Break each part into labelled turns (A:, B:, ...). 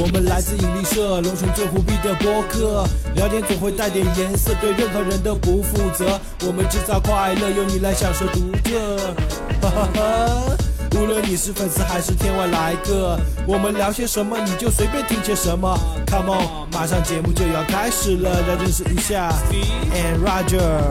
A: 我们来自引力社，龙城最虎逼的播客，聊天总会带点颜色，对任何人都不负责。我们制造快乐，由你来享受独特。 哈哈哈！无论你是粉丝还是天外来客，我们聊些什么你就随便听些什么。Come on，马上节目就要开始了，来认识一下 Steve and Roger。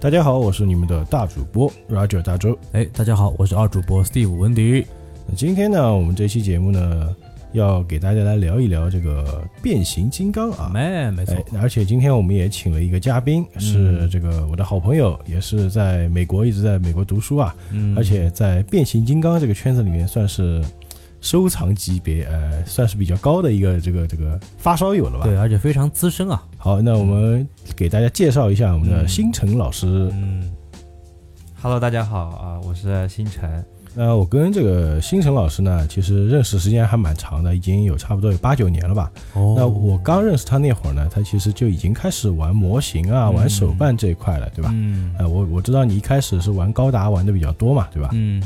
B: 大家好，我是你们的大主播 Roger 大周。
C: 哎，大家好，我是二主播 Steve 文迪。
B: 那今天呢，我们这期节目呢，要给大家来聊一聊这个变形金刚啊。
C: 没，没错嗯
B: 哎，，而且今天我们也请了一个嘉宾，是这个我的好朋友，也是在美国一直在美国读书啊，
C: 嗯，
B: 而且在变形金刚这个圈子里面算是收藏级别，呃，算是比较高的一个这个这个发烧友了
D: 啊
B: 吧。
C: 对，而且非常资深啊。
B: 好，那我们给大家介绍一下我们的星辰老师。
C: 嗯，
D: Hello，大家好啊，我是星辰。
B: 那我跟这个星辰老师呢，其实认识时间还蛮长的，已经有差不多有八九年了吧。
C: 哦，
B: 那我刚认识他那会儿呢，他其实就已经开始玩模型啊、
C: 嗯
B: 玩手办这一块了，对吧？
C: 嗯
B: 呃，我我知道你一开始是玩高达玩的比较多嘛，对吧？
C: 嗯，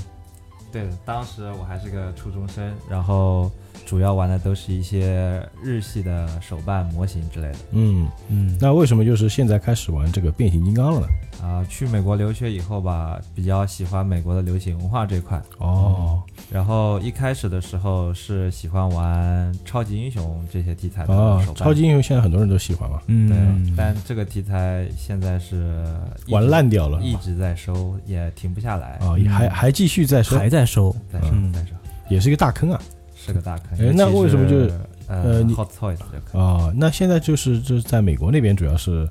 D: 对，当时我还是个初中生，然后主要玩的都是一些日系的手办模型之类的。
B: 嗯，
C: 嗯，
B: 那为什么就是现在开始玩这个变形金刚了呢？
D: 啊、去美国留学以后吧，比较喜欢美国的流行文化这块。
B: 哦，
D: 然后一开始的时候是喜欢玩超级英雄这些题材的
B: 哦
D: 手，办，
B: 超级英雄现在很多人都喜欢嘛，
C: 嗯，
D: 对，但这个题材现在是一直
B: 玩烂掉了
D: 一直嗯在收，也停不下来，
B: 啊，也还还继续在收，
C: 还在收。
D: 在收
C: 嗯
D: 在收，
B: 也是一个大坑啊。
D: 是个大坑
B: 哎。
D: 尤其
B: 那为什么就是呃
D: 呃
B: 你
D: Hot Toys 这个？
B: 哦，那现在就是就是在美国那边主要是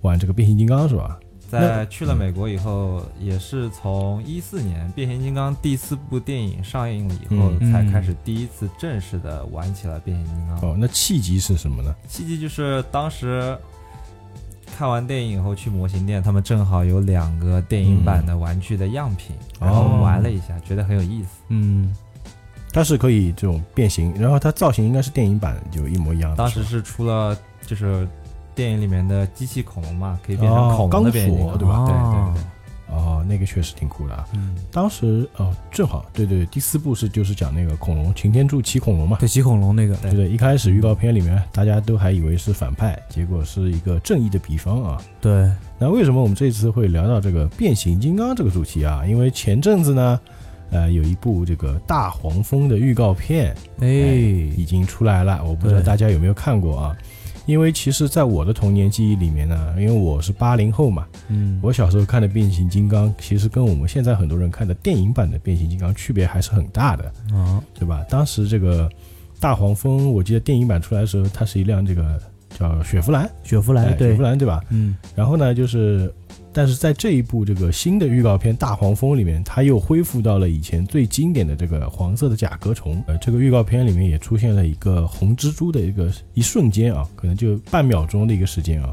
B: 玩这个变形金刚是吧？
D: 在去了美国以后，也是从一四年《变形金刚》第四部电影上映了以后，
C: 嗯
D: 才开始第一次正式的玩起了变形金刚。
B: 哦，那契机是什么呢？
D: 契机就是当时看完电影以后去模型店，他们正好有两个电影版的玩具的样品，
B: 嗯
D: 然后
B: 哦
D: 玩了一下，觉得很有意思。
C: 嗯，
B: 它是可以这种变形，然后它造型应该是电影版就一模一样的。
D: 当
B: 是
D: 时
B: 吧
D: 是出了就是电影里面的机器恐龙嘛，可以变成
B: 哦
D: 恐龙的变形金
B: 钢索
D: 刚，
B: 对吧
D: 对对对。
B: 哦，那个确实挺酷的啊。
C: 嗯，
B: 当时哦，正好对对，对第四部是就是讲那个恐龙擎天柱骑恐龙嘛。
C: 对，骑恐龙那个，
B: 对对，一开始预告片里面大家都还以为是反派，结果是一个正义的比方啊。
C: 对，哎
B: 那为什么我们这次会聊到这个变形金刚这个主题啊？因为前阵子呢，呃，有一部这个大黄蜂的预告片，已
C: 哎，
B: 经出来了，我不知道
C: 对
B: 大家有没有看过啊？因为其实，在我的童年记忆里面呢，因为我是八零后嘛，
C: 嗯，
B: 我小时候看的变形金刚，其实跟我们现在很多人看的电影版的变形金刚区别还是很大的，
C: 啊，
B: 对吧？当时这个大黄蜂，我记得电影版出来的时候，它是一辆这个叫雪佛兰，
C: 雪佛
B: 哎
C: 兰，
B: 雪
C: 对
B: 佛，兰对吧？
C: 嗯，
B: 然后呢，就是，但是在这一部这个新的预告片《大黄蜂》里面，它又恢复到了以前最经典的这个黄色的甲壳虫。呃，这个预告片里面也出现了一个红蜘蛛的一个一瞬间啊，可能就半秒钟的一个时间啊。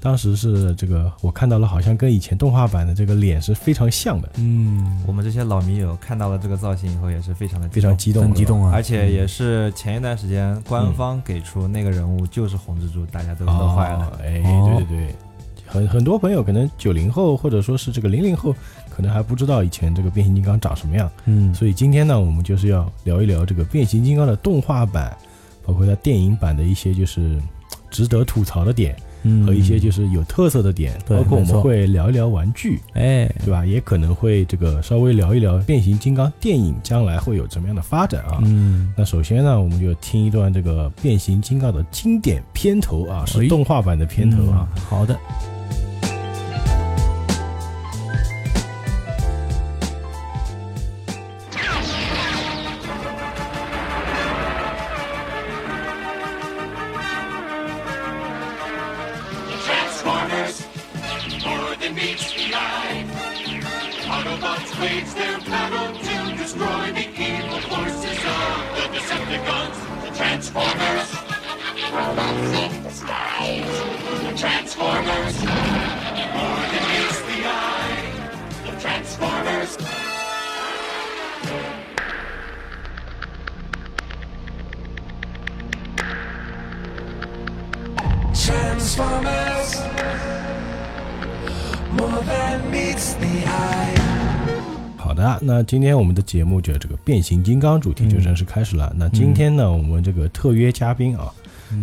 B: 当时是这个，我看到了，好像跟以前动画版的这个脸是非常像的，
C: 嗯，
D: 我们这些老迷友看到了这个造型以后，也是非常的
B: 非常激动，嗯
C: 很激动啊，
D: 而且也是前一段时间官方给出那个人物就是红蜘蛛，大家都
B: 对吧，
D: 乐坏
B: 哦
D: 了。
B: 哎，
C: 哦
B: 对对对，很很多朋友可能九零后或者说是这个零零后，可能还不知道以前这个变形金刚长什么样。
C: 嗯，
B: 所以今天呢，我们就是要聊一聊这个变形金刚的动画版，包括它电影版的一些就是嘖值得吐槽的点
C: 嗯
B: 和一些就是有特色的点，
C: 对
B: 包括我
C: 没
B: 们
C: 错
B: 会聊一聊玩具，
C: 哎，
B: 对吧？也可能会这个稍微聊一聊变形金刚电影将来会有怎么样的发展啊。
C: 嗯，
B: 那首先呢，我们就听一段这个变形金刚的经典片头啊，是
C: 哎
B: 动画版的片头啊。
C: 嗯，好的，
E: Transformers, more than meets the eye. Autobots wage their battle to destroy the evil forces of the Decepticons. Transformers! Robots in disguise! Transformers! More than meets the eye! The Transformers!
F: Transformers More than meets the eye
B: 好的，那今天我们的节目就这个变形金刚主题就正式开始了。那今天呢，我们这个特约嘉宾啊，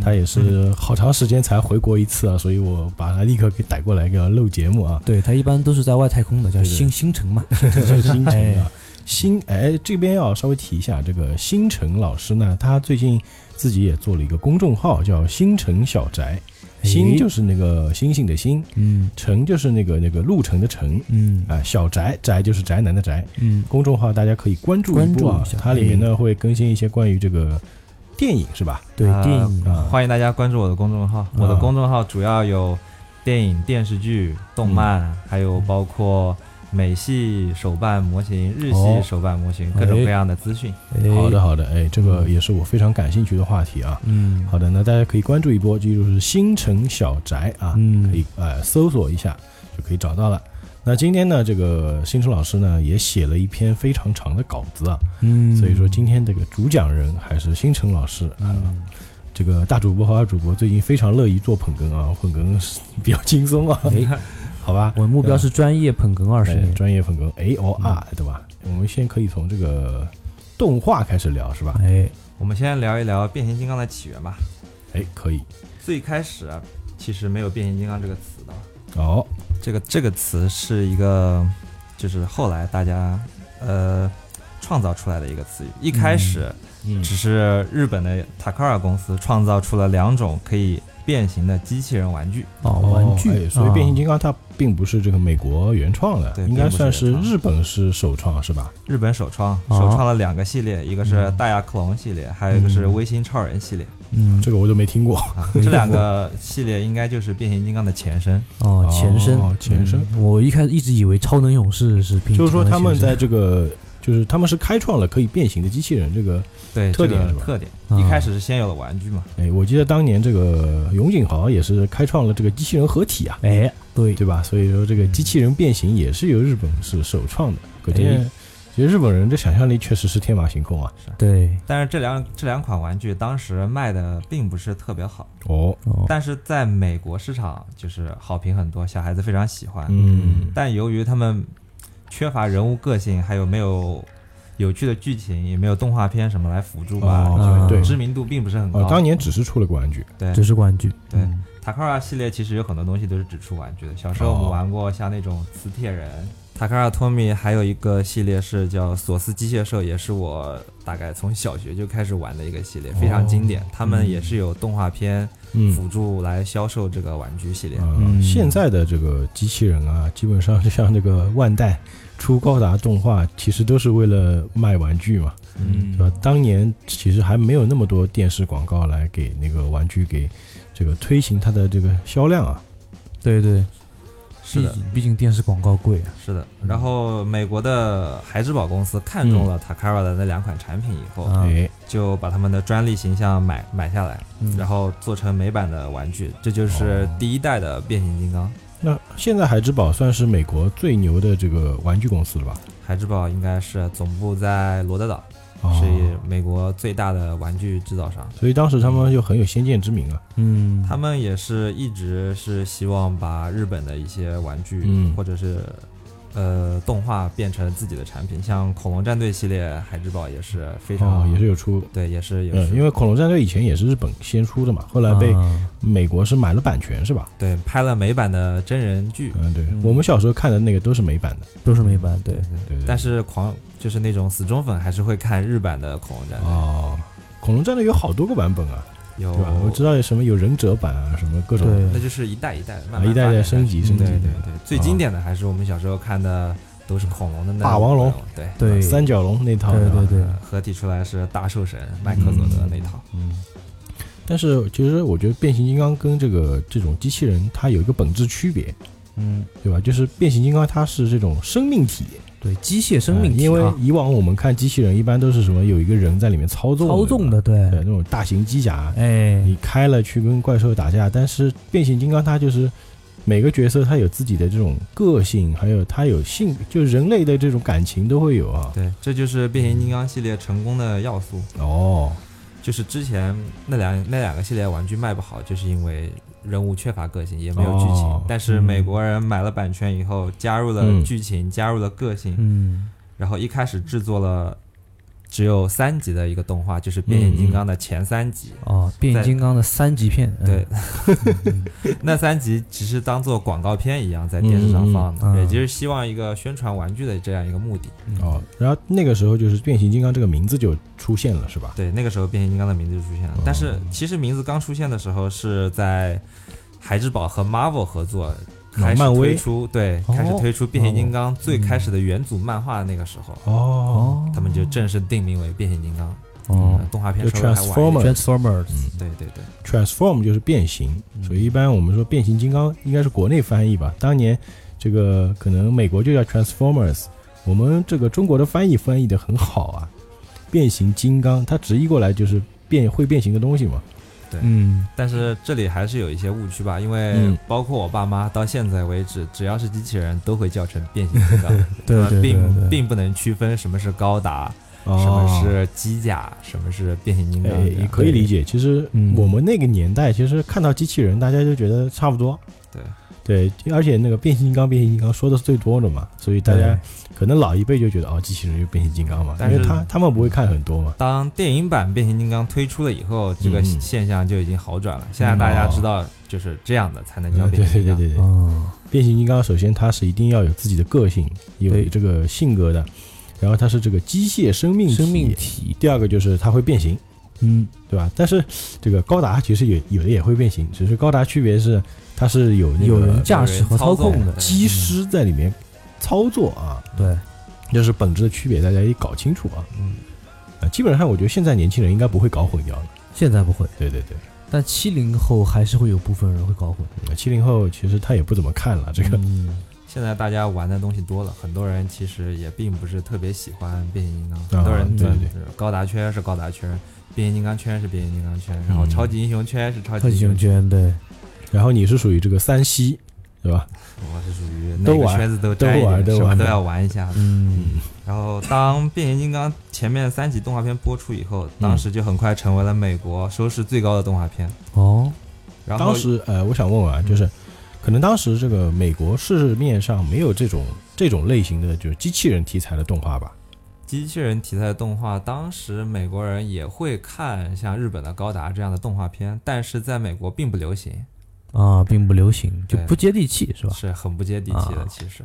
B: 他也是好长时间才回国一次啊，所以我把他立刻给逮过来，给他录节目啊。
C: 对他一般都是在外太空的，叫星星辰 嘛。
B: 星辰啊，星哎，这边要稍微提一下，这个星辰老师呢，他最近自己也做了一个公众号，叫星辰小宅，星就是那个星星的星，
C: 嗯
B: 辰就是那个那个路程的程。
C: 嗯
B: 啊，小宅宅就是宅男的宅，
C: 嗯，
B: 公众号大家可以关注一波啊
C: 关注一下，
B: 它里面呢会更新一些关于这个电影是吧？
C: 对
D: 啊
C: 电影啊
B: 啊，
D: 欢迎大家关注我的公众号，我的公众号主要有电影、电视剧、动漫，还有包括美系手办模型、日
B: 哦
D: 系手办模型，各种
C: 哎
D: 各样的资讯。
B: 好的，好的，哎，这个也是我非常感兴趣的话题啊。
C: 嗯
B: 好的，那大家可以关注一波，记住是星辰小宅啊，
C: 嗯
B: 可以呃搜索一下就可以找到了。那今天呢，这个星辰老师呢也写了一篇非常长的稿子啊，
C: 嗯，
B: 所以说今天这个主讲人还是星辰老师啊。
C: 嗯
B: 这个大主播和二主播最近非常乐于做捧哏啊，捧哏是比较轻松啊， 好吧？
C: 我目标是专业捧哏二十
B: 嗯哎
C: 年。
B: 专业捧哏 A O R 对吧？我们先可以从这个动画开始聊是吧？
C: 哎，
D: 我们先聊一聊变形金刚的起源吧。
B: 哎，可以
D: 最开始啊其实没有变形金刚这个词的，
B: 哦，
D: 这个这个词是一个，就是后来大家呃创造出来的一个词语。一开始
B: 嗯
D: 只是日本的塔克尔公司创造出了两种可以变形的机器人玩具。
C: 哦，玩具，啊
B: 哎所以变形
C: 金
B: 金刚它并不是这个美国原创的，
D: 对
B: 应该算是
D: 并不是
B: 日本是首创是吧？
D: 日本首创，
C: 哦
D: 首创了两个系列，一个
B: 哦
D: 是大牙克隆系列，还有一个
B: 嗯
D: 是微星超人系列。
C: 嗯，
B: 这个我都没听过。
D: 啊，这 两个系列应该就是变形金刚的前身。
C: 哦，前身，
B: 哦前身
C: 嗯我一开始一直以为超能勇士是变形金刚的前身，
B: 就是说他们在这个，就是他们是开创了可以变形的机器人这个。
D: 对，
B: 特点
D: 这个
B: 是吧嗯
D: 特点，
C: 啊
D: 一开始是先有了玩具嘛，
B: 哎，我记得当年这个永井豪也是开创了这个机器人合体啊，
C: 哎，对，
B: 对吧？所以说这个机器人变形也是由日本是首创的，可见
C: 哎
B: 其实日本人这想象力确实是天马行空啊。
C: 对，
D: 但是这两这两款玩具当时卖的并不是特别好，
B: 哦，
C: 哦，
D: 但是在美国市场就是好评很多，小孩子非常喜欢。
B: 嗯，
D: 但由于他们缺乏人物个性，还有没有有趣的剧情，也没有动画片什么来辅助吧，
B: 哦
D: 就
B: 对
D: 知名度并不是很高。
B: 哦，当年只是出了个玩具，
D: 对
C: 只是玩具，
D: 对，塔克拉系列其实有很多东西都是只出玩具的。小时候我们
B: 哦
D: 玩过像那种磁铁人。塔克拉托米还有一个系列是叫索斯机械兽，也是我大概从小学就开始玩的一个系列，非常经
B: 哦
D: 典。他们也是有动画片
B: 嗯
D: 辅助来销售这个玩具系列。
B: 啊、
C: 嗯
B: 现在的这个机器人啊，基本上就像这个万代出高达动画，其实都是为了卖玩具嘛，
C: 嗯
B: 对吧？当年其实还没有那么多电视广告来给那个玩具给这个推行它的这个销量啊。
C: 对对，
D: 是的
C: 毕，竟，毕竟电视广告贵啊，
D: 是的。
B: 嗯
D: 然后美国的孩之宝公司看中了 Takara 的那两款产品以后，
C: 啊
B: 哎，
D: 就把他们的专利形象买买下来，
C: 嗯
D: 然后做成美版的玩具，这就是
B: 哦
D: 第一代的变形金刚。
B: 那现在海之宝算是美国最牛的这个玩具公司了吧？
D: 孩之宝应该是总部在罗德岛，
B: 哦
D: 是美国最大的玩具制造商。
B: 所以当时他们就很有先见之明啊。
C: 嗯，
D: 他们也是一直是希望把日本的一些玩具、
B: 嗯
D: 或者是呃动画变成自己的产品，像恐龙战队系列，海之宝也是非常、
B: 哦，也是有出，
D: 对，也是也
B: 嗯
D: 是，，
B: 因为恐龙战队以前也是日本先出的嘛，后来被
C: 啊
B: 美国是买了版权是吧？
D: 对拍了美版的真人剧，
B: 嗯，对，
C: 嗯
B: 我们小时候看的那个都是美版的。
C: 都是美版，对，
B: 对对
D: 但是狂就是那种死忠粉还是会看日版的恐龙战队，
B: 哦，恐龙战队有好多个版本啊，
D: 有
B: 对吧？
C: 哦
B: 我知道有什么有忍者版啊，什么各种
C: 对
D: 那就是一代一代的慢
B: 啊，
D: 慢
B: 一代
D: 发
B: 一代
D: 展
B: 升
D: 下去
B: 级升级
D: 对对
B: 的。
D: 对，最经典的还是我们小时候看的都是恐龙的那
B: 霸王龙，
D: 对呃
C: 对，
B: 三角龙那套
C: 对
B: 的
C: 对
B: 啊，
C: 对，
D: 合体出来是大兽神麦克佐德那套，
B: 嗯。但是其实我觉得变形金刚跟这个这种机器人它有一个本质区别，
C: 嗯，
B: 对吧？就是变形金刚它是这种生命体，
C: 对，机械生命
B: 呃
C: 体
B: 因为
C: 啊
B: 以往我们看机器人一般都是什么有一个人在里面操纵
C: 操纵的，
B: 的
C: 对
B: 对吧，对那种大型机甲，啊
C: 哎，
B: 你开了去跟怪兽打架，但是变形金刚它就是每个角色它有自己的这种个性，还有它有性，就人类的这种感情都会有啊。
D: 对，这就是变形金刚系列成功的要素。
B: 哦，
D: 就是之前那两那两个系列玩具卖不好，就是因为人物缺乏个性，也没有剧情。
B: 哦
D: 但是美国人买了版权以后，加入了
B: 嗯
D: 剧情，加入了个性，
C: 嗯，
D: 然后一开始制作了只有三集的一个动画，就是变形金刚的前三集。
C: 哦，变形
D: 在
C: 金刚的三级片，嗯
D: 对，
C: 嗯
D: 那三集只是当做广告片一样在电视上放的，
C: 嗯嗯嗯
D: 也就是希望一个宣传玩具的这样一个目的。
C: 嗯
B: 哦，然后那个时候就是变形金刚这个名字就出现了，是吧？
D: 对，那个时候变形金刚的名字就出现了。但是其实名字刚出现的时候是在孩之宝和 Marvel 合作，开始
B: 漫威
D: 推出对，
C: 哦
D: 开始推出变形金刚最开始的元祖漫画那个时候，
B: 哦，
C: 哦，
D: 他们就正式定名为变形金刚。
C: 哦
D: 呃动画片
B: 就
D: 稍微还晚一
B: Transformer
D: 点。
C: ，Transformers，
D: 对对对，
B: transform 就是变形，所以一般我们说变形金刚应该是国内翻译吧。当年这个可能美国就叫 Transformers，我们这个中国的翻译翻译的很好啊，变形金刚它直译过来就是变会变形的东西嘛。
C: 嗯，
D: 但是这里还是有一些误区吧，因为
B: 嗯
D: 包括我爸妈到现在为止，只要是机器人都会叫成变形 金刚，
C: 对对对
D: 他们
C: 对
D: 并并不能区分什么是高达，
B: 哦
D: 什么是机甲，什么是变形金刚
B: 哎，
D: 这样。
B: 也可以理解。其实
C: 嗯
B: 我们那个年代，其实看到机器人，大家就觉得差不多。
D: 对
B: 对，而且那个变形金刚，变形金刚说的是最多的嘛，所以大家可能老一辈就觉得哦，机器人就变形金刚嘛，因
D: 但
B: 为
D: 是
B: 他他们不会看很多嘛。
D: 当电影版变形金刚推出了以后，这个
B: 嗯嗯
D: 现象就已经好转了。现在大家知道，就是这样的才能叫
B: 嗯
D: 变
B: 对
D: 形
B: 对
D: 金
B: 对对
D: 刚。
B: 对，
C: 哦，
B: 变形金刚首先它是一定要有自己的个性，有
C: 对
B: 这个性格的，然后它是这个机械生命体
C: 生命。体，
B: 第二个就是它会变形，
C: 嗯，
B: 对吧？但是这个高达其实也有的也会变形，只是高达区别是它是有那个
C: 有人驾嗯驶和操控的
D: 有人操纵的，
B: 机师在里面操作啊，
C: 对，
B: 这是本质的区别，大家也搞清楚啊。
D: 嗯，
B: 呃，基本上我觉得现在年轻人应该不会搞混掉了。
C: 现在不会，
B: 对对对，
C: 但七零后还是会有部分人会搞混，
B: 嗯七零后其实他也不怎么看了这个。
C: 嗯，
D: 现在大家玩的东西多了，很多人其实也并不是特别喜欢变形金刚，
B: 啊
D: 很多人
B: 对
D: 转
B: 对
D: 高达圈是高达圈，变形金刚圈是变形金刚圈，然后
B: 嗯
D: 超级英雄圈是超
C: 超
D: 级
C: 级
D: 英
C: 熊
D: 雄圈。
C: 圈，对，
B: 然后你是属于这个三西，对吧？
D: 我是属于
B: 都
D: 哪个
B: 玩
D: 圈子都沾一
B: 都玩
D: 点，
B: 都
D: 什么
B: 玩
D: 都要玩一下。
C: 嗯，
D: 然后当变形金刚前面三集动画片播出以后，当时就很快成为了美国收视最高的动画片。
C: 哦，
D: 然后
B: 当时呃，我想问问啊，就是可能当时这个美国市面上没有这种这种类型的就是机器人题材的动画吧？
D: 机器人题材的动画，当时美国人也会看像日本的高达这样的动画片，但是在美国并不流行，
C: 啊，并不流行，就
D: 对
C: 不接地气，是吧？
D: 是很不接地气的。
C: 啊
D: 其实，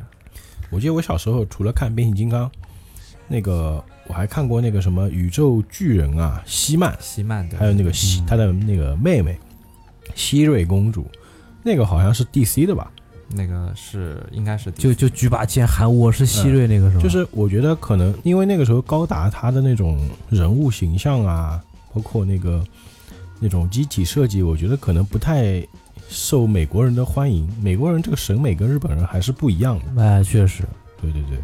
B: 我记得我小时候除了看变形金刚，那个我还看过那个什么宇宙巨人啊，希曼，
D: 西曼对，
B: 还有那个希
C: 嗯
B: 他的那个妹妹希瑞公主，那个好像是 DC 的吧？
D: 那个是应该是迪
C: 就就举把剑喊我是希瑞那个是吧？
B: 就是我觉得可能因为那个时候高达他的那种人物形象啊，包括那个那种机体设计，我觉得可能不太受美国人的欢迎。美国人这个审美跟日本人还是不一样的。
C: 哎，确实，
B: 对对对，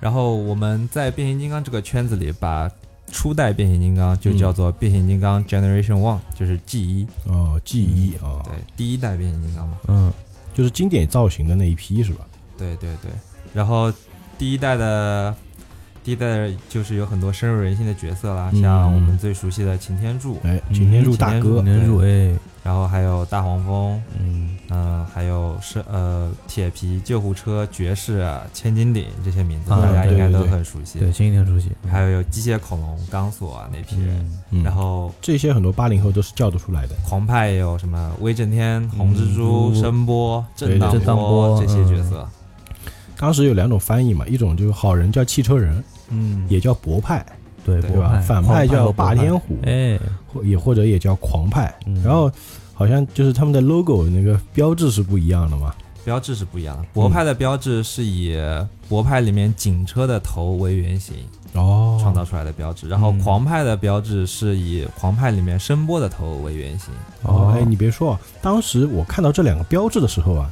D: 然后我们在变形金刚这个圈子里，把初代变形金刚就叫做变形金刚 Generation One，、就是 G 一，
B: 哦，G 一啊，
D: 对，第一代变形金刚嘛。
C: 嗯，
B: 就是经典造型的那一批是吧？
D: 对对对，然后第一代的第一代就是有很多深入人心的角色啦，
B: 嗯
D: 像我们最熟悉的擎天柱，
B: 哎，
C: 嗯
B: 擎天柱大
D: 擎
B: 哥
D: 天，
C: 能入哎，
D: 然后还有大黄蜂，
C: 嗯，
D: 嗯、还有是呃铁皮、救护车、爵士、啊、千斤顶这些名字，
C: 啊
D: 大家应该
B: 对对
D: 都
B: 对
D: 很熟悉。
C: 对，经典主席，
D: 还有有机械恐龙、钢索啊那批人，
C: 嗯
B: 嗯
D: 然后
B: 这些很多八零后都是叫得出来的。
D: 狂派也有什么威震天、红蜘蛛、
C: 嗯
D: 声波、
B: 对
D: 震
B: 对
D: 荡
C: 震荡
D: 波
C: 波
D: 这些角色。
B: 当时有两种翻译嘛，一种就是好人叫汽车人，
D: 嗯
B: 也叫博派，
C: 对，
D: 对
B: 对
C: 博
B: 吧？
C: 派
B: 反
C: 狂
B: 派
C: 和
B: 叫
C: 博
B: 霸天虎，
C: 哎，
B: 或也或者也叫狂派。
C: 嗯
B: 然后好像就是他们的 logo 那个标志是不一样的嘛。
D: 标志是不一样的。博派的标志是以博派里面警车的头为原型
B: 哦
D: 创造出来的标志，然后
C: 嗯
D: 狂派的标志是以狂派里面声波的头为原型。
B: 哦，哎，你别说，当时我看到这两个标志的时候啊，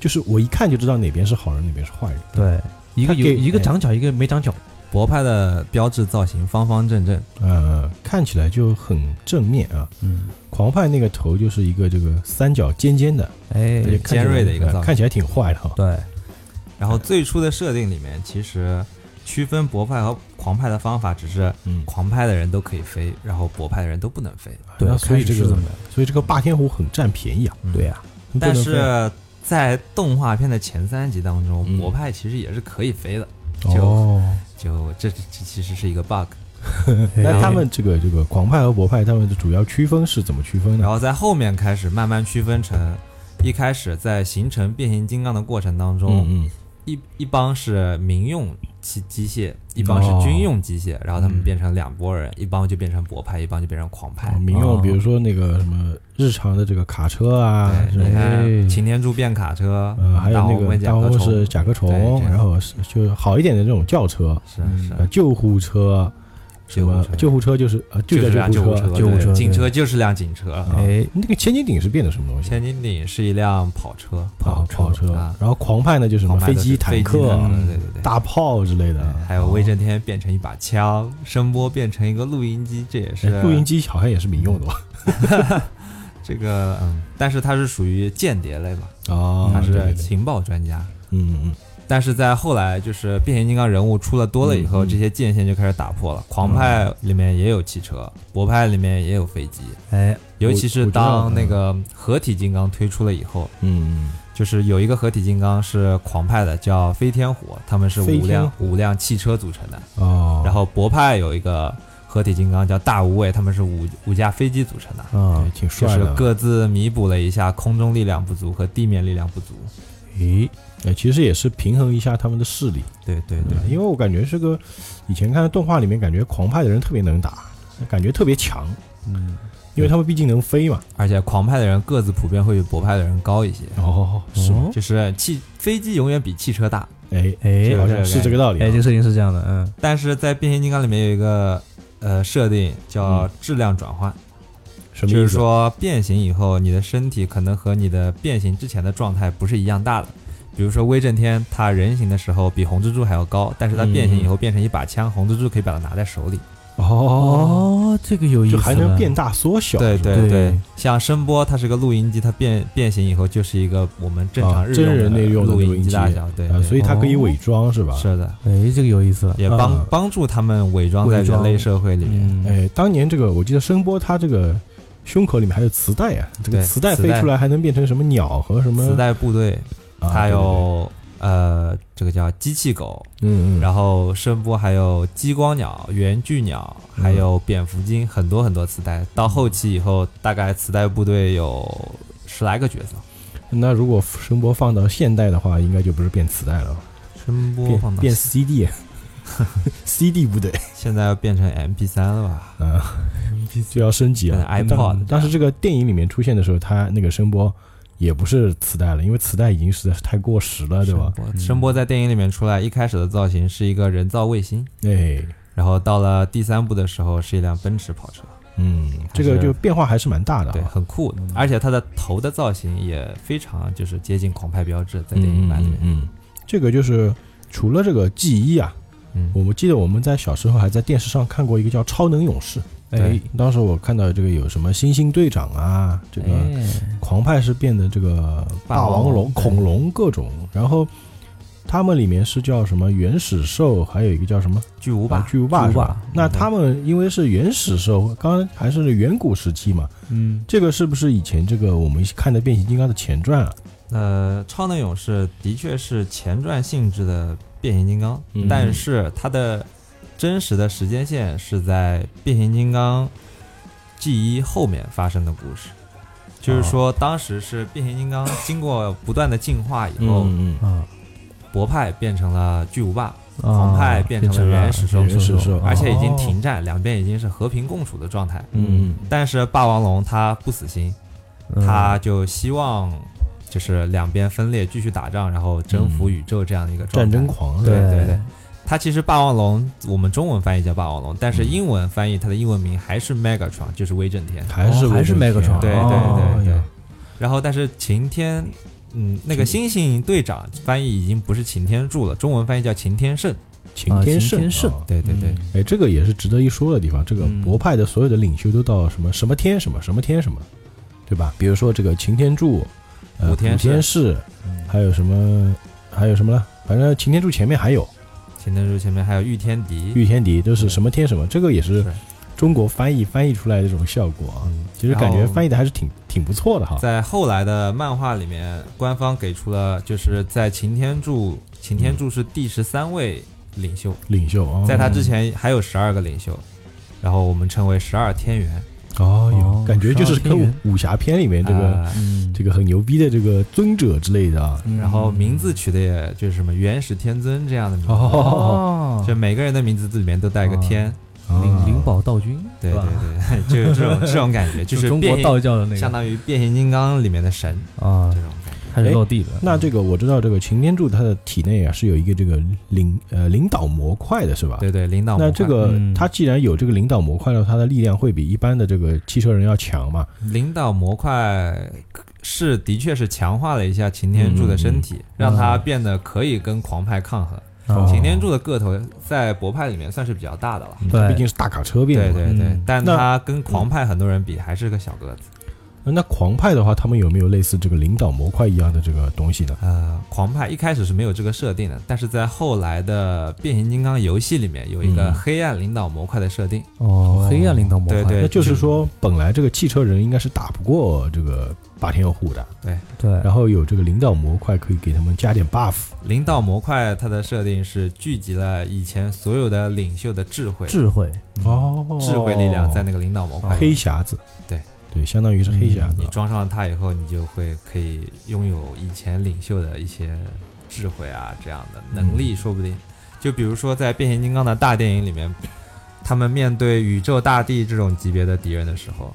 B: 就是我一看就知道哪边是好人，哪边是坏人。
C: 对，一个
B: 他
C: 有
B: 给
C: 一个
B: 哎
C: 长角，一个没长角，
D: 博派的标志造型方方正正，
B: 呃，看起来就很正面啊。
C: 嗯，
B: 狂派那个头就是一个这个三角尖尖的，
C: 哎，
B: 而且看起来
D: 尖锐的一个造型
B: 呃看起来挺坏的哈。
D: 对。然后最初的设定里面，其实区分博派和狂派的方法只是
B: 嗯，
D: 狂派的人都可以飞，然后博派的人都不能飞。
C: 对
B: 那
C: 啊，
B: 所以
C: 开始
B: 这
C: 是
B: 个
C: 这么的，
B: 所以这个霸天虎很占便宜啊。
D: 嗯
C: 对呀，
B: 很
D: 但
B: 不能飞啊
D: 是在动画片的前三集当中，
B: 嗯
D: 博派其实也是可以飞的，就
B: 哦，
D: 就这这这其实是一个 bug。
B: 那他们这个这个狂派和博派，他们的主要区分是怎么区分
D: 然
B: 呢？
D: 后在后面开始慢慢区分成，一开始在形成变形金刚的过程当中，
B: 嗯
D: 一一帮是民用机机械，一帮是军用机
B: 嗯
D: 械，然后他们变成两拨人，一帮就变成博派，一帮就变成狂派。
B: 嗯，民用比如说那个什么日常的这个卡车啊，
D: 对，
B: 这
D: 你
B: 种
D: 看擎天柱变卡车，
B: 呃，还有那
D: 大黄
B: 个
D: 蜂甲
B: 大
D: 壳
B: 黄蜂
D: 虫，
B: 是甲壳
D: 对这
B: 虫，
D: 样
B: 然后是就是好一点的这种轿车、
D: 是是
B: 呃救护车，什
D: 救护
B: 么
D: 车
B: 救护车就是呃
D: 就
B: 叫
D: 是辆
B: 救护
D: 车，
B: 车，啊
C: 救护
D: 对
C: 车
D: 警
C: 对
D: 车就是辆警车，啊
C: 哎，
B: 那个千斤顶是变的什么东西？
D: 千斤顶是一辆跑车，
B: 啊，跑车
D: 啊，
B: 然后狂派呢就是什么
D: 狂派
B: 飞
D: 的是
B: 机、坦克、啊
D: 坦克对对对
B: 大炮之类的，啊哦哎
D: 还有威震天变成一把枪，声波变成一个录音机，这也是啊
B: 哎录音机好像也是民用的吧？
D: 这个，嗯，但是它是属于间谍类嘛，
B: 哦
D: 它
B: 对对
D: 是
B: 对
D: 情报专家。
B: 嗯嗯
D: 但是在后来，就是变形金刚人物出了多了以
B: 嗯
D: 后，这些界限就开始打破了。狂派里面也有汽车，博派里面也有飞机，
C: 哎，
D: 尤
B: 嗯
D: 其
B: 我
D: 是
B: 知道
D: 当那个合体金刚推出了以后，
B: 嗯
D: 就是有一个合体金刚是狂派的，叫飞天虎，他们是
B: 飞
D: 五
B: 天
D: 辆五辆汽车组成的。
B: 嗯哦，
D: 然后博派有一个合体金刚叫大无畏，他们是五五架飞机组成的，
C: 啊
B: 对，挺
D: 就
B: 帅
D: 是
B: 的。
D: 各自弥补了一下空中力量不足和地面力量不足。
B: 咦，呃，其实也是平衡一下他们的势力，
D: 对对对
B: 对吧，因为我感觉这个以前看的动画里面，感觉狂派的人特别能打，感觉特别强，
C: 嗯，
B: 因为他们毕竟能飞嘛。
D: 而且狂派的人个子普遍会比博派的人高一些，
B: 哦，是吗？
D: 就是汽飞机永远比汽车大。
B: 哎
C: 哎
B: 好像是这个道理啊。
C: 哎，这个设定是这样的，嗯，
D: 但是在变形金刚里面有一个呃设定叫质量转换，
B: 嗯什么
D: 就
B: 意
D: 是
B: 思？
D: 说变形以后，你的身体可能和你的变形之前的状态不是一样大的。比如说威震天，他人形的时候比红蜘蛛还要高，但
B: 嗯
D: 是他变形以后变成一把枪，红蜘蛛可以把它拿在手里。
B: 哦，
C: 哦，这个有意思
B: 就
C: 了，
B: 还能变大缩小，
D: 对
B: 是吧
D: 对
C: 对
D: 像声波，它是个录音机，它变变形以后就是一个我们正常
B: 啊
D: 日
B: 真人类用
D: 用
B: 的
D: 录
B: 录音
D: 音
B: 机
D: 机大小，对，
B: 啊，
D: 对
B: 所以它可以伪装是吧？。
D: 是的，
C: 哎，这个有意思了，
D: 也帮、
B: 嗯
D: 帮助他们伪装在
C: 伪装
D: 人类社会里面。
C: 嗯，
B: 哎，当年这个我记得声波，它这个胸口里面还有磁带啊，这个
D: 对
B: 磁带
D: 磁
B: 飞
D: 带
B: 出来还能变成什么鸟和什么？
D: 嗯磁带部队，
B: 啊
D: 它
B: 对对对
D: 有呃这个叫机器狗，
B: 嗯嗯，
D: 然后声波还有激光鸟、圆锯鸟，
B: 嗯
D: 还有蝙蝠精，很多很多磁带。到后期以后，大概磁带部队有十来个角色。
B: 那如果声波放到现代的话，应该就不是变磁带了，
D: 声波
B: 变
D: 放到
B: 变 CD，CD 部队
D: 现在要变成 MP 3了吧？
B: 啊，就要升级了。
D: 变成嗯 iPod 啊
B: 当当时这个电影里面出现的时候，它那个声波也不是磁带了，因为磁带已经实在是太过时了，对吧？
D: 声波声波在电影里面出来，一开始的造型是一个人造卫星，
B: 哎，
D: 然后到了第三部的时候是一辆奔驰跑车，
B: 嗯，这个就变化还是蛮大的
D: 对，
B: 啊。
D: 很酷的。而且它的头的造型也非常就是接近狂派标志，在
B: 嗯
D: 电影
B: 嗯
D: 版
B: 嗯
D: 里面。
B: 嗯，这个就是除了这个记忆啊，
D: 嗯
B: 我们记得我们在小时候还在电视上看过一个叫《超能勇士》。哎
D: 对，
B: 当时我看到这个有什么猩猩队长啊，这个
C: 哎
B: 狂派是变得这个霸王龙、
D: 霸王龙
B: 恐龙各种，然后他们里面是叫什么原始兽，还有一个叫什么
D: 巨无霸嗯
B: 啊，巨无霸
C: 巨无
B: 是
C: 霸
B: 吧？那他们因为是原始兽，刚刚还是远古时期嘛，
C: 嗯，
B: 这个是不是以前这个我们看的变形金刚的前传啊？
D: 呃，超能勇士的确是前传性质的变形金刚，
B: 嗯
D: 但是它的真实的时间线是在变形金刚 G 一后面发生的故事。就是说，当时是变形金刚经过不断的进化以后，
B: 嗯
C: 啊，
D: 博派变成了巨无霸，
C: 啊
D: 狂派变成了原始兽，
B: 原始兽
D: 而且已经
C: 哦
D: 停战，两边已经是和平共处的状态。
B: 嗯
D: 但是霸王龙它不死心，
C: 嗯
D: 他就希望就是两边分裂，继续打仗，然后征服宇宙这样的一个状
B: 战争。
D: 态
B: 狂是
C: 对
B: 吧？
D: 对对，它其实霸王龙，我们中文翻译叫霸王龙，但是英文翻译它的英文名还是 Megatron，就是威震天。
B: 还是
C: 哦还是
B: 威震天
D: 哎
B: 啊
C: Megatron
D: 对对对
B: 哦哎呀
D: 然后，但是擎天嗯，那个猩猩队长翻译已经不是擎天柱了，中文翻译叫擎天圣。
B: 擎
C: 啊
B: 天
C: 擎
B: 圣，
C: 天圣
B: 啊
D: 对对对，
C: 嗯
B: 哎，这个也是值得一说的地方。这个
D: 嗯
B: 博派的所有的领袖都到什么什么天什么什么天什么，对吧？比如说这个擎天柱，呃，
D: 普
B: 普
D: 天士
B: 天士，
D: 嗯
B: 还有什么还有什么呢？反正擎天柱前面还有
D: 擎天柱前面还有玉天敌，
B: 御天敌，都是什么天什么，这个也是
D: 对
B: 中国翻译翻译出来的这种效果啊。
D: 嗯
B: 其实
D: 然
B: 感觉
D: 后
B: 翻译的还是挺挺不错的哈。
D: 在后来的漫画里面，官方给出了就是在擎天柱，擎天柱是第十三位领袖，
B: 领袖
C: 嗯
B: 啊，
D: 在他之前还有十二个领袖，然后我们称为十二天元。
B: 哦哟
C: 哦，
B: 感觉就是
C: 十二天
B: 跟
C: 元
B: 武侠片里面这个
D: 啊
C: 嗯
B: 这个很牛逼的这个尊者之类的啊。
D: 然后名字取的也就是什么元始天尊这样的名字，
B: 哦，
C: 哦，
D: 就每个人的名字里面都带一个天，
B: 啊
C: 灵灵宝道君，
D: 哦对
C: 哦是
D: 对
C: 吧？
D: 对， 就有这种这 种感觉，就是
C: 中
D: 变
C: 国
D: 形
C: 道教的那
D: 相
C: 个
D: 当于变形金刚里面的神
C: 啊
D: 这，种感觉。哎
C: 开始落地了。
B: 那这个我知道，这个擎天柱它的体内啊是有一个这个领呃领导模块的，是吧？。
D: 对对，领导
B: 那
D: 模
B: 这
D: 块
B: 个
C: 嗯
B: 它既然有这个领导模块了，它的力量会比一般的这个汽车人要强嘛？
D: 领导模块是的确是强化了一下擎天柱的身体，让他变得可以跟狂派抗衡。
B: 嗯哦
C: 啊
D: 擎天柱的个头在博派里面算是比较大的了。
B: 嗯
C: 对
B: 它毕竟是大卡车变
D: 对
B: 的嘛。
D: 对对
C: 嗯，
D: 但
B: 那
D: 他跟狂派很多人比还是个小个子。
B: 那狂派的话，他们有没有类似这个领导模块一样的这个东西呢？
D: 呃，狂派一开始是没有这个设定的，但是在后来的变形金刚游戏里面有一个
B: 嗯
D: 黑暗领导模块的设定。
C: 哦，黑暗领导模块，
D: 对
B: 那
D: 对
B: 就是说，本来这个汽车人应该是打不过这个霸天虎的，
C: 对
B: 然后有这个领导模块可以给他们加点 buff，
D: 领导模块它的设定是聚集了以前所有的领袖的智慧，
C: 智慧，
B: 哦，
D: 智慧力量在那个领导模块里
B: 黑匣子，
D: 哦对
B: 对，相当于是黑匣子啊
D: 你。装上了它以后，你就会可以拥有以前领袖的一些智慧啊，这样的能
B: 嗯
D: 力，说不定。就比如说在变形金刚的大电影里面，他们面对宇宙大帝这种级别的敌人的时候，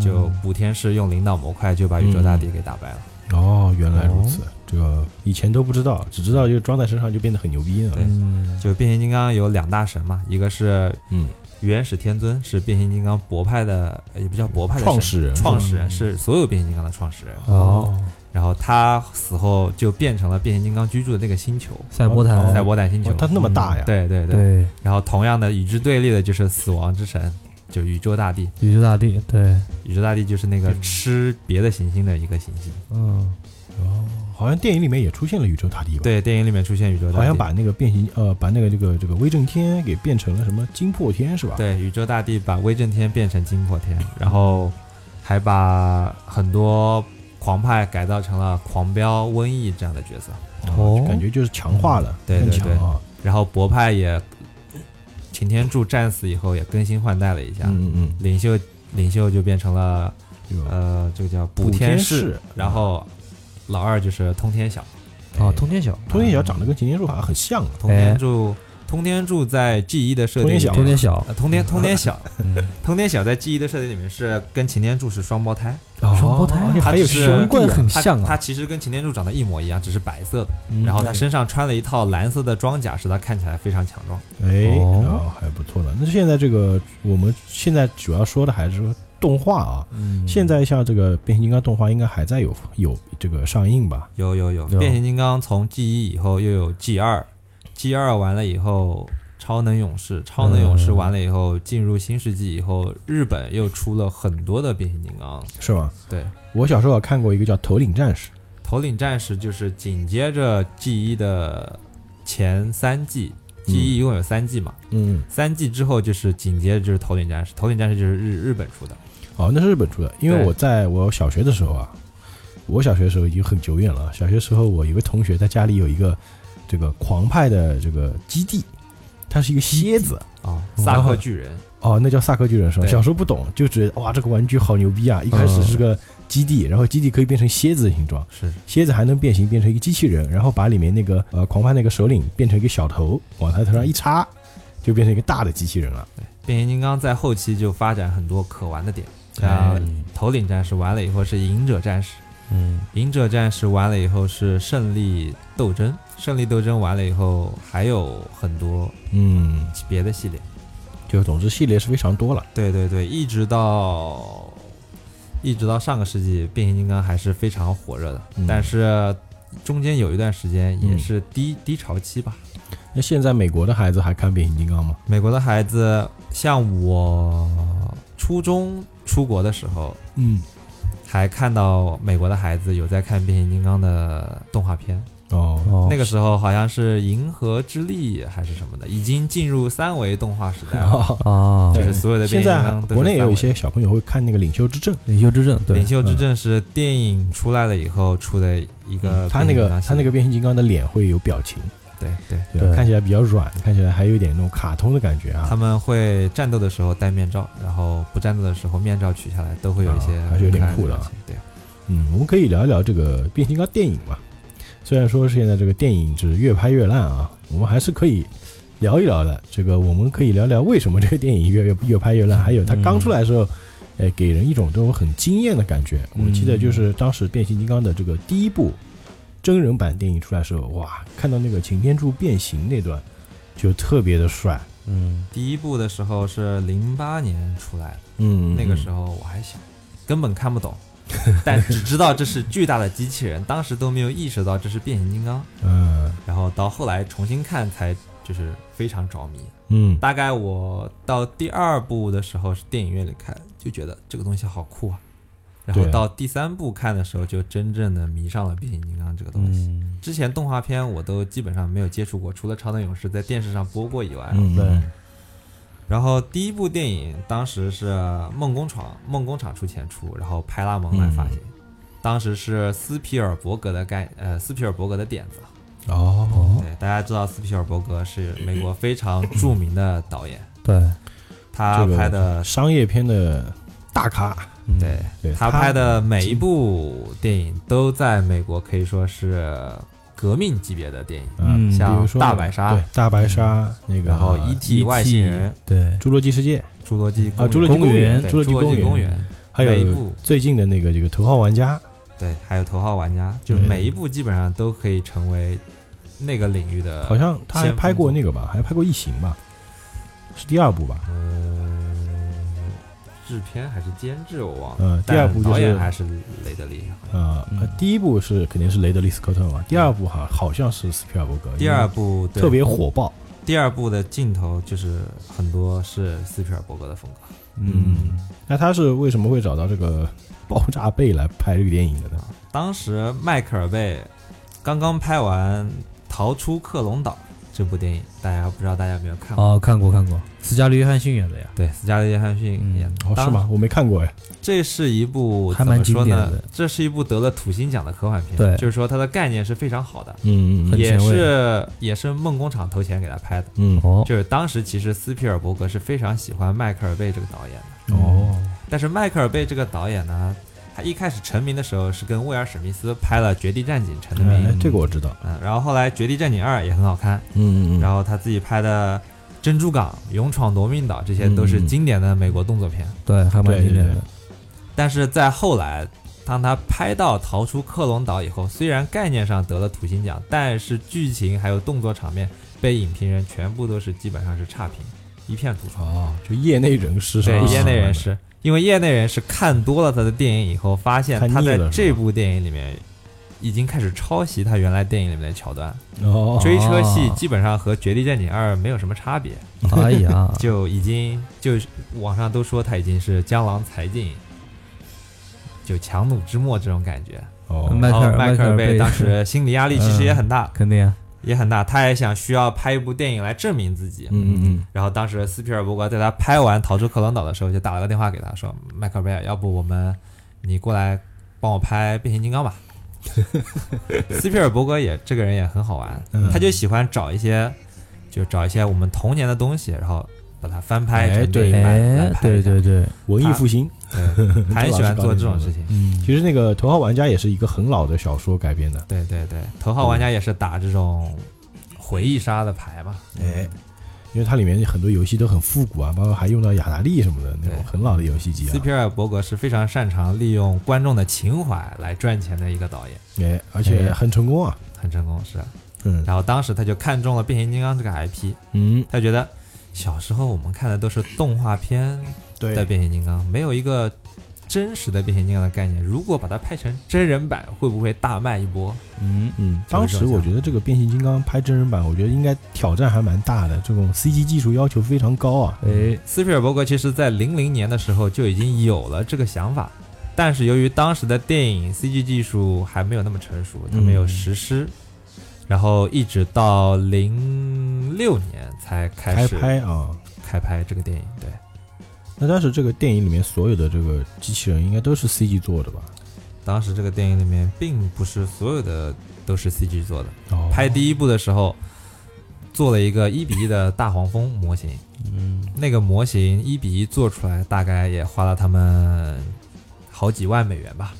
D: 就
B: 嗯
D: 补天士用领导模块就把宇宙大帝给打败了。
B: 哦，原来如此，这个以前都不知道，只知道就装在身上就变得很牛逼了。
C: 嗯，
D: 就变形金刚有两大神嘛，一个是
B: 嗯，
D: 元始天尊，是变形金刚博派的，呃也不叫博派的
B: 创
D: 神
B: 始人嗯
D: 创始人是所有变形金刚的创始人。
C: 哦，
D: 然后他死后就变成了变形金刚居住的那个星
B: 嗯
D: 球，
C: 赛博坦，
D: 赛博坦星球
B: 哇，。它哦那么大呀？
D: 嗯对对对
C: 对，
D: 然后同样的，与之对立的就是死亡之神，就宇宙大帝。
C: 宇宙大帝，对，
D: 宇宙大帝就是那个
B: 嗯
D: 吃别的行星的一个行星。
C: 嗯，
B: 好像电影里面也出现了宇宙大帝吧？，
D: 对，电影里面出现宇宙大帝，
B: 好像把那个变形呃，把那个这个这个威震天给变成了什么惊破天是吧？，
D: 对宇宙大帝把威震天变成惊破天，然后还把很多狂派改造成了狂飙、瘟疫这样的角色。
C: 哦
B: 啊感觉就是强化了，
D: 对
B: 更
D: 对
B: 强啊。
D: 然后博派也，擎天柱战死以后也更新换代了一下，
B: 嗯嗯
D: 领袖领袖就变成了
B: 嗯，呃，
D: 呃，这个叫
B: 补
D: 补
B: 天
D: 天
B: 士
C: 嗯
D: 士，然后老二就是通天晓。
C: 哦，通天晓，
B: 哎通天晓长得跟擎天柱好像很像啊。
D: 通天柱，通天柱在 G 一的设定里面，
C: 哎通天晓，
D: 呃通天通天晓，
C: 嗯
D: 通天晓在 G 一的设定里面是跟擎天柱是双胞胎，
C: 双胞胎啊
B: 哦还有
D: 它只是
B: 兄
C: 难怪
B: 弟啊，
C: 很
D: 它
C: 像
D: 它
C: 啊，
D: 其实跟擎天柱长得一模一样，只是白色的。
B: 嗯
D: 然后他身上穿了一套蓝色的装甲，使他看起来非常强壮。
B: 哎，
C: 哦
B: 哦，还不错的。那现在这个，我们现在主要说的还是说动画啊。
D: 嗯
B: 现在像这个变形金刚动画，应该还在有有这个上映吧？
D: 有有有，
C: 有
D: 变形金刚从 G 一以后又有 G 二，G 二完了以后。超能勇士，超能勇士完了以后，进入新世纪以后，日本又出了很多的变形金刚。
B: 是吗？
D: 对，
B: 我小时候看过一个叫《头领战士
D: 头领战士就是紧接着 G 一的前三季，G 一一共有三季嘛，》，
B: 嗯，
D: 三季之后就是紧接着就是头领战士，头领战士就是日日本出的，
B: 哦，那是日本出的，因为
D: 对
B: 我在我小学的时候啊，我小学的时候已经很久远了。小学时候，我有个同学，他家里有一个这个狂派的这个基地，它是一个蝎子。
D: 啊，萨克巨人，
B: 哦，那叫萨克巨人是吧？
D: 对嗯
B: 小时候不懂，就觉得哇，这个玩具好牛逼啊！一开始是个基地，然后基地可以变成蝎子的形状，
D: 是
B: 蝎子还能变形变成一个机器人，然后把里面那个呃狂派那个首领变成一个小头，往他头上一插，就变成一个大的机器人了。
D: 变形金刚在后期就发展很多可玩的点，像头领战士完了以后是隐者战士，
C: 嗯，
D: 隐者战士完了以后是胜利斗争，胜利斗争完了以后还有很多
B: 嗯，
D: 别的系列。
B: 就总之系列是非常多了。
D: 对对对，一直到一直到上个世纪，变形金刚还是非常火热的，
B: 嗯
D: 但是中间有一段时间也
B: 嗯
D: 是低、低潮期吧。
B: 那现在美国的孩子还看变形金刚吗？
D: 美国的孩子，像我初中出国的时候，
B: 嗯，
D: 还看到美国的孩子有在看变形金刚的动画片。
B: 哦，
C: 哦，
D: 那个时候好像是《银河之力》还是什么的，已经进入三维动画时代
B: 哦
D: 了，
C: 啊
D: 就，是所有的
B: 现
D: 变形
B: 在
D: 金
B: 还
D: 刚都是
B: 国内也有一
D: 三维
B: 些小朋友会看那个《领袖之证》，
C: 领袖之证，
D: 的。
C: 对
D: 领，袖之证是电影出来了以后出的一个
B: 嗯他那
D: 变形金
B: 个
D: 刚系
B: 他那
D: 列
B: 个变形金刚的脸会有表情，
D: 对对，
B: 对吧
C: 对
B: 看起来比较软，看起来还有一点那种卡通的感觉啊。
D: 他们会战斗的时候戴面罩，然后不战斗的时候面罩取下来，都会有一些
B: 啊还是有点酷的
D: 的
B: 啊。
D: 对，
B: 嗯，我们可以聊一聊这个变形金刚电影吧。虽然说现在这个电影是越拍越烂啊，我们还是可以聊一聊的。这个我们可以聊聊为什么这个电影越越越拍越烂，还有它刚出来的时候，
D: 嗯
B: 哎、给人一种这种很惊艳的感觉。我记得就是当时变形金刚的这个第一部真人版电影出来的时候，哇，看到那个擎天柱变形那段就特别的帅。
C: 嗯，
D: 第一部的时候是零八年出来的，
B: 嗯
D: 那个时候我还小，根本看不懂， 但只知道这是巨大的机器人，当时都没有意识到这是变形金刚，
B: 嗯
D: 然后到后来重新看才就是非常着迷。
B: 嗯，
D: 大概我到第二部的时候是电影院里看，就觉得这个东西好酷啊。然后
B: 对
D: 到第三部看的时候，就真正的迷上了变形金刚这个东西。
C: 嗯，
D: 之前动画片我都基本上没有接触过，除了《超能勇士》在电视上播过以外。
B: 嗯
C: 对
D: 然后第一部电影当时是梦工厂，梦工厂出钱出，然后派拉蒙来发行。
B: 嗯
D: 当时是斯皮尔伯格的概呃斯皮尔伯格的点子，
B: 哦，
D: 对大家知道斯皮尔伯格是美国非常著名的导演，
C: 对，
D: 他
B: 这个
D: 拍的
B: 呃商业片的大咖。
C: 嗯
D: 对
B: 对啊
D: 他拍的每一部电影都在美国可以说是革命级别的电影，
C: 嗯
B: 嗯，比如
D: 像
B: 说
D: 大白鲨
B: 对，啊大白鲨那个，
D: 嗯
B: E
D: 然后 E.T. 外星人、
C: 对，
B: 侏罗纪世界，
D: 侏罗纪
B: 啊侏罗纪公园
D: 对
B: 侏罗
D: 侏
B: 纪公园
D: 公园，
B: 还
D: 每一
B: 有
D: 部
B: 最近的那个这个头号玩家，
D: 对，还有头号玩家，
B: 嗯
D: 就是每一部基本上都可以成为那个领域的，
B: 好像他还
D: 呃先锋
B: 拍过那个吧，还拍过异形吧，是第二部吧？
D: 嗯，制片还是监制我忘了，
B: 嗯，第二部
D: 但
B: 就
D: 导演
B: 是
D: 还是雷德利，好像
B: 呃
C: 嗯，
B: 第一部是肯定是雷德利·斯科特嘛，第二部好好像是斯皮尔伯格，
D: 第二部
B: 因为
D: 对
B: 特别火爆，
D: 第二部的镜头就是很多是斯皮尔伯格的风格。
B: 嗯，那他是为什么会找到这个爆炸贝来拍这个电影的呢？
D: 当时迈克尔贝刚刚拍完《逃出克隆岛》这部电影，大家不知道大家有没有看过？
C: 哦，看过看过，斯嘉丽·约翰逊演的呀，
D: 对，斯嘉丽·约翰逊演的。
B: 哦，
D: 当
B: 是吗？？我没看过哎，
D: 这是一部
C: 还
D: 怎
C: 蛮
D: 么说
C: 经典
D: 呢
C: 的？
D: 这是一部得了土星奖的科幻片，
C: 对
D: 就是说它的概念是非常好的，
B: 嗯
C: 很
D: 也
C: 前卫
D: 是也是梦工厂投钱给他拍的。
B: 嗯
C: 哦
D: 就是当时其实斯皮尔伯格是非常喜欢迈克尔贝这个导演的，
B: 哦，
D: 但是迈克尔贝这个导演呢，他一开始成名的时候是跟威尔史密斯拍了《绝地战警》成的名，
B: 哎，这个我知道，
D: 嗯，然后后来《绝地战警二》也很好看，
B: 嗯嗯嗯，
D: 然后他自己拍的《珍珠港》《勇闯夺命岛》这些都
C: 嗯
D: 是经典的美国动作片。
C: 对，还蛮
B: 对
C: 经典
B: 对
C: 的，
D: 但是在后来，当他拍到《逃出克隆岛》以后，虽然概念上得了土星奖，但是剧情还有动作场面被影评人全部都是基本上是差评，一片吐槽。
B: 哦，就业内人士是
D: 对
B: 吧，
D: 业内人士，因为业内人士看多了他的电影以后，发现
B: 看腻
D: 他在
B: 了是
D: 这
B: 吧
D: 部电影里面已经开始抄袭他原来电影里面的桥段。
B: 哦，
D: 追车戏基本上和《绝地战警二》没有什么差别，，
C: 哎呀
D: 就已经就是网上都说他已经是江郎才尽，就强弩之末这种感觉。
B: 哦，
C: 迈克尔
D: 然后迈
C: 迈克尔贝
D: 贝当 时心理压力其实也很大，
C: 肯定啊，
D: 也很大，他也想需要拍一部电影来证明自己。
B: 嗯嗯
D: 然后当时斯皮尔伯格在他拍完《逃出克隆岛》的时候，就打了个电话给他说：“迈克尔贝尔，要不我们你过来帮我拍变形金刚吧。”斯皮尔伯格也这个人也很好玩，
B: 嗯
D: 他就喜欢找一些，就找一些我们童年的东西，然后把它翻
B: 哎
D: 拍成电
B: 对
D: 影版
C: 哎
D: 来，拍
C: 对
D: 一下。
C: 对对，
B: 嗯，文艺复兴。
D: 对，他很喜欢做这种 事情。
C: 嗯，
B: 其实那个《头号玩家》也是一个很老的小说改编的。
D: 对对对，头号玩家也是打这种回忆杀的牌嘛。
B: 哎，因为它里面很多游戏都很复古啊，包括还用到雅达利什么的那种
D: 对
B: 很老的游戏机
D: 斯
B: 啊。
D: 皮尔伯格是非常擅长利用观众的情怀来赚钱的一个导演，
B: 哎，而且很成功啊。
D: 很成功是。
B: 嗯
D: 然后当时他就看中了变形金刚这个 IP，
B: 嗯，
D: 他觉得小时候我们看的都是动画片的
B: 对，嗯
D: 变形金刚，没有一个真实的变形金刚的概念，如果把它拍成真人版，会不会大卖一波？
C: 嗯，
B: 嗯，当时我觉得这个变形金刚拍真人版，我觉得应该挑战还蛮大的，这种 CG 技术要求非常高啊。
C: 哎，
D: 斯皮尔伯格其实在零零年的时候就已经有了这个想法，但是由于当时的电影 CG 技术还没有那么成熟，他没有
C: 嗯
D: 实施，然后一直到零六年才开
B: 开
D: 始
B: 拍啊，
D: 开拍这个电影。对，
B: 那当时这个电影里面所有的这个机器人应该都是 CG 做的吧？
D: 当时这个电影里面并不是所有的都是 CG 做的，
B: 哦
D: 拍第一部的时候做了一个一比一的大黄蜂模型，
C: 嗯，
D: 那个模型一比一做出来，大概也花了他们好几万美元吧。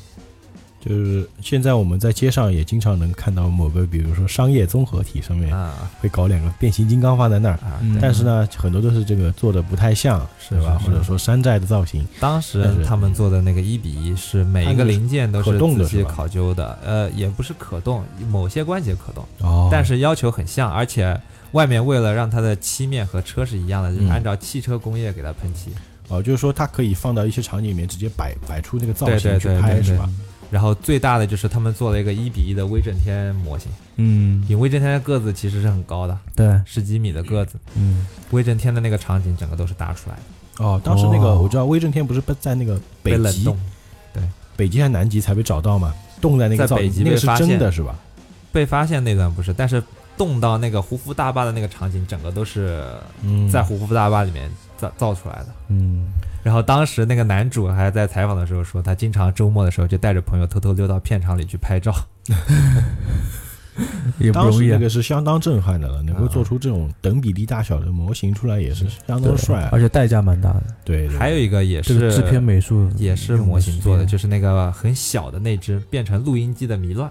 B: 就是现在我们在街上也经常能看到某个，比如说商业综合体上面
D: 啊
B: 会搞两个变形金刚放在那儿，
D: 啊！
C: 嗯
B: 但是呢，很多都是这个做的不太像，
D: 是
B: 对吧？
D: 是是
B: 或者说山寨的造型，
D: 当时他们做的那个一比一是每一个零件都是仔细考究的，呃，也不是可动，某些关节可动，
B: 哦
D: 但是要求很像，而且外面为了让它的漆面和车是一样的，就是按照汽车工业给它喷漆，
B: 哦，就是说它可以放到一些场景里面直接摆摆出那个造
D: 对
B: 型
D: 对
B: 去
D: 对
B: 拍，
D: 对
B: 是吧？
D: 然后最大的就是他们做了一个一比一的威震天模型，
C: 嗯，
D: 因为威震天的个子其实是很高的，
C: 对，
D: 十几米的个子，
C: 嗯，
D: 威震天的那个场景整个都是搭出来的，
B: 哦，当时那个
C: 哦
B: 我知道威震天不是被在那个
D: 被
B: 北
D: 冷
B: 极
D: 冻，，
B: 北极还是南极才被找到嘛，冻在那个
D: 在
B: 造
D: 北
B: 型，
D: 极
B: 那
D: 被
B: 个是
D: 发
B: 真
D: 现
B: 的是吧？
D: 被发现那段不是，但是冻到那个胡夫大坝的那个场景，整个都是
B: 嗯
D: 在胡夫大坝里面造造出来的。
C: 嗯，
D: 然后当时那个男主还在采访的时候说，他经常周末的时候就带着朋友偷偷溜到片场里去拍照。
C: 也不
B: 当
C: 容
B: 时
C: 易
B: 那
C: 啊，
B: 个是相当震撼的了，能够
D: 啊
B: 做出这种等比例大小的模型出来，也是相
C: 对
B: 当帅啊。
C: 而且代价蛮大的。
B: 对，对
D: 还有一个也
C: 这
D: 是嗯
C: 个制片美术
D: 也是模型做的，
C: 用
D: 就是那个很小的那只变成录音机的迷乱，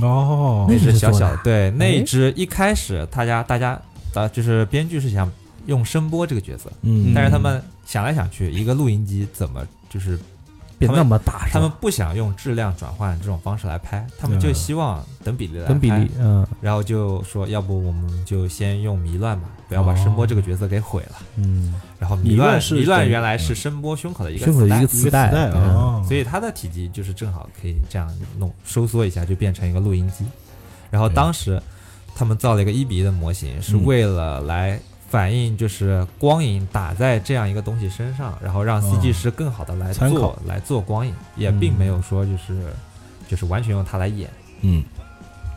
B: 哦
D: 那只
C: 是
D: 小
C: 做的
D: 小的对那只一开始大家大家啊就是编剧是想用声波这个角色，
B: 嗯
D: 但是他们想来想去，一个录音机怎么就是
C: 变那么大，是
D: 他
C: 吧
D: 们不想用质量转换这种方式来拍，他们就
B: 嗯
D: 希望等比例来拍，
C: 等比例，嗯
D: 然后就说要不我们就先用迷乱吧，不要把声波这个角色给毁了。
C: 嗯，
D: 然后
B: 迷
D: 迷
B: 乱
D: 乱
B: 是
D: 迷
B: 等
D: 乱
B: 于
D: 原来是声波胸口的一个
C: 胸口
D: 子
C: 一个
D: 弹
B: 一个
C: 磁
B: 磁带
C: 嗯
B: 哦，
D: 所以它的体积就是正好可以这样弄收缩一下，就变成一个录音机。然后当时他们造了一个一比一的模型，是
B: 嗯
D: 为了来反映就是光影打在这样一个东西身上，然后让
B: 哦
D: CG 师更好的来
B: 参
D: 做
B: 考
D: 来做光影，也并没有说就是就是完全用它来演。
B: 嗯，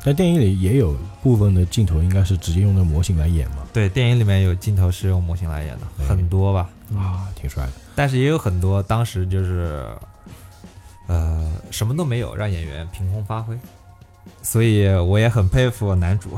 B: 但电影里也有部分的镜头应该是直接用的模型来演嘛，
D: 对，电影里面有镜头是用模型来演的，
B: 哎
D: 很多吧，
B: 啊，挺帅的。
D: 但是也有很多当时就是，呃，什么都没有，让演员凭空发挥。所以我也很佩服男主，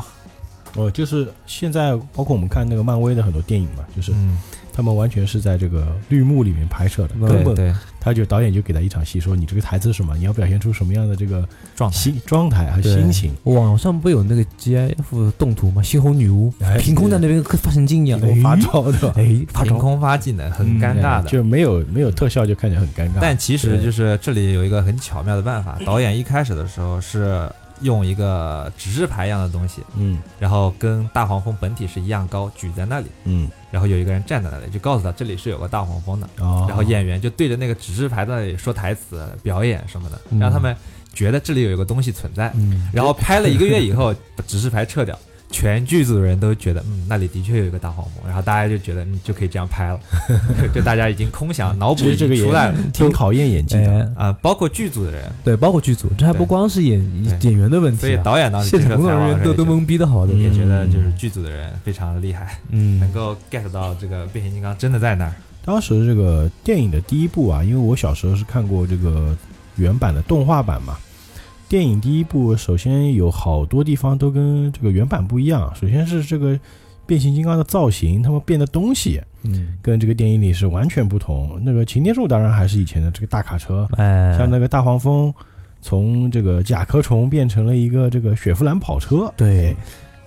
B: 哦，就是现在包括我们看那个漫威的很多电影嘛，就是
D: 嗯，
B: 他们完全是在这个绿幕里面拍摄的，
C: 对
B: 根
D: 对
B: 本
D: 对，
B: 他就导演就给他一场戏，说你这个台词是什么，你要表现出什么样的这个
D: 状态
B: 心状态和
C: 对
B: 心情。
C: 网上不有那个 GIF 动图吗？猩红女巫
B: 哎
C: 凭空在那边跟发神经一样，
B: 我发招对吧？嗯
C: 哎，发
D: 凭
C: 招，
D: 空发技能哎很尴尬的。
B: 就没有没有特效就看起来很尴尬。
D: 但其实
B: 对
D: 就是这里有一个很巧妙的办 法，导演一开始的时候是用一个指示牌一样的东西，
B: 嗯
D: 然后跟大黄蜂本体是一样高，举在那里，
B: 嗯
D: 然后有一个人站在那里，就告诉他这里是有个大黄蜂的。
B: 哦，
D: 然后演员就对着那个指示牌在那里说台词、表演什么的，
C: 嗯
D: 让他们觉得这里有一个东西存在。
C: 嗯，
D: 然后拍了一个月以后，把指示牌撤掉，全剧组的人都觉得，嗯，那里的确有一个大黄蜂，然后大家就觉得，嗯，就可以这样拍 了，就大家已经空想、脑补
B: 其实
D: 已
B: 这个
D: 经
B: 也
D: 出来了
B: 挺考验演技的。
C: 哎，
D: 啊、包括剧组的人，
C: 对，包括剧组，这还不
D: 对
C: 光是演
D: 对
C: 演员的问
D: 所
C: 题
D: 以
C: 啊，
D: 导演当时
C: 现
D: 接
C: 场
D: 受
C: 工作
D: 采
C: 人
D: 访的
C: 员都
D: 时候
C: 都
D: 也觉
C: 懵逼的好的
D: 得，，也觉得
B: 嗯
D: 就是剧组的人非常厉害，
C: 嗯，
D: 能够 get 到这个变形金刚真的在那儿。
B: 当时这个电影的第一部啊，因为我小时候是看过这个原版的动画版嘛。电影第一部首先有好多地方都跟这个原版不一样，首先是这个变形金刚的造型，他们变的东西
C: 嗯，
B: 跟这个电影里是完全不同。那个擎天柱当然还是以前的这个大卡车，
C: 哎，
B: 像那个大黄蜂，从这个甲壳虫变成了一个这个雪佛兰跑车，
C: 对，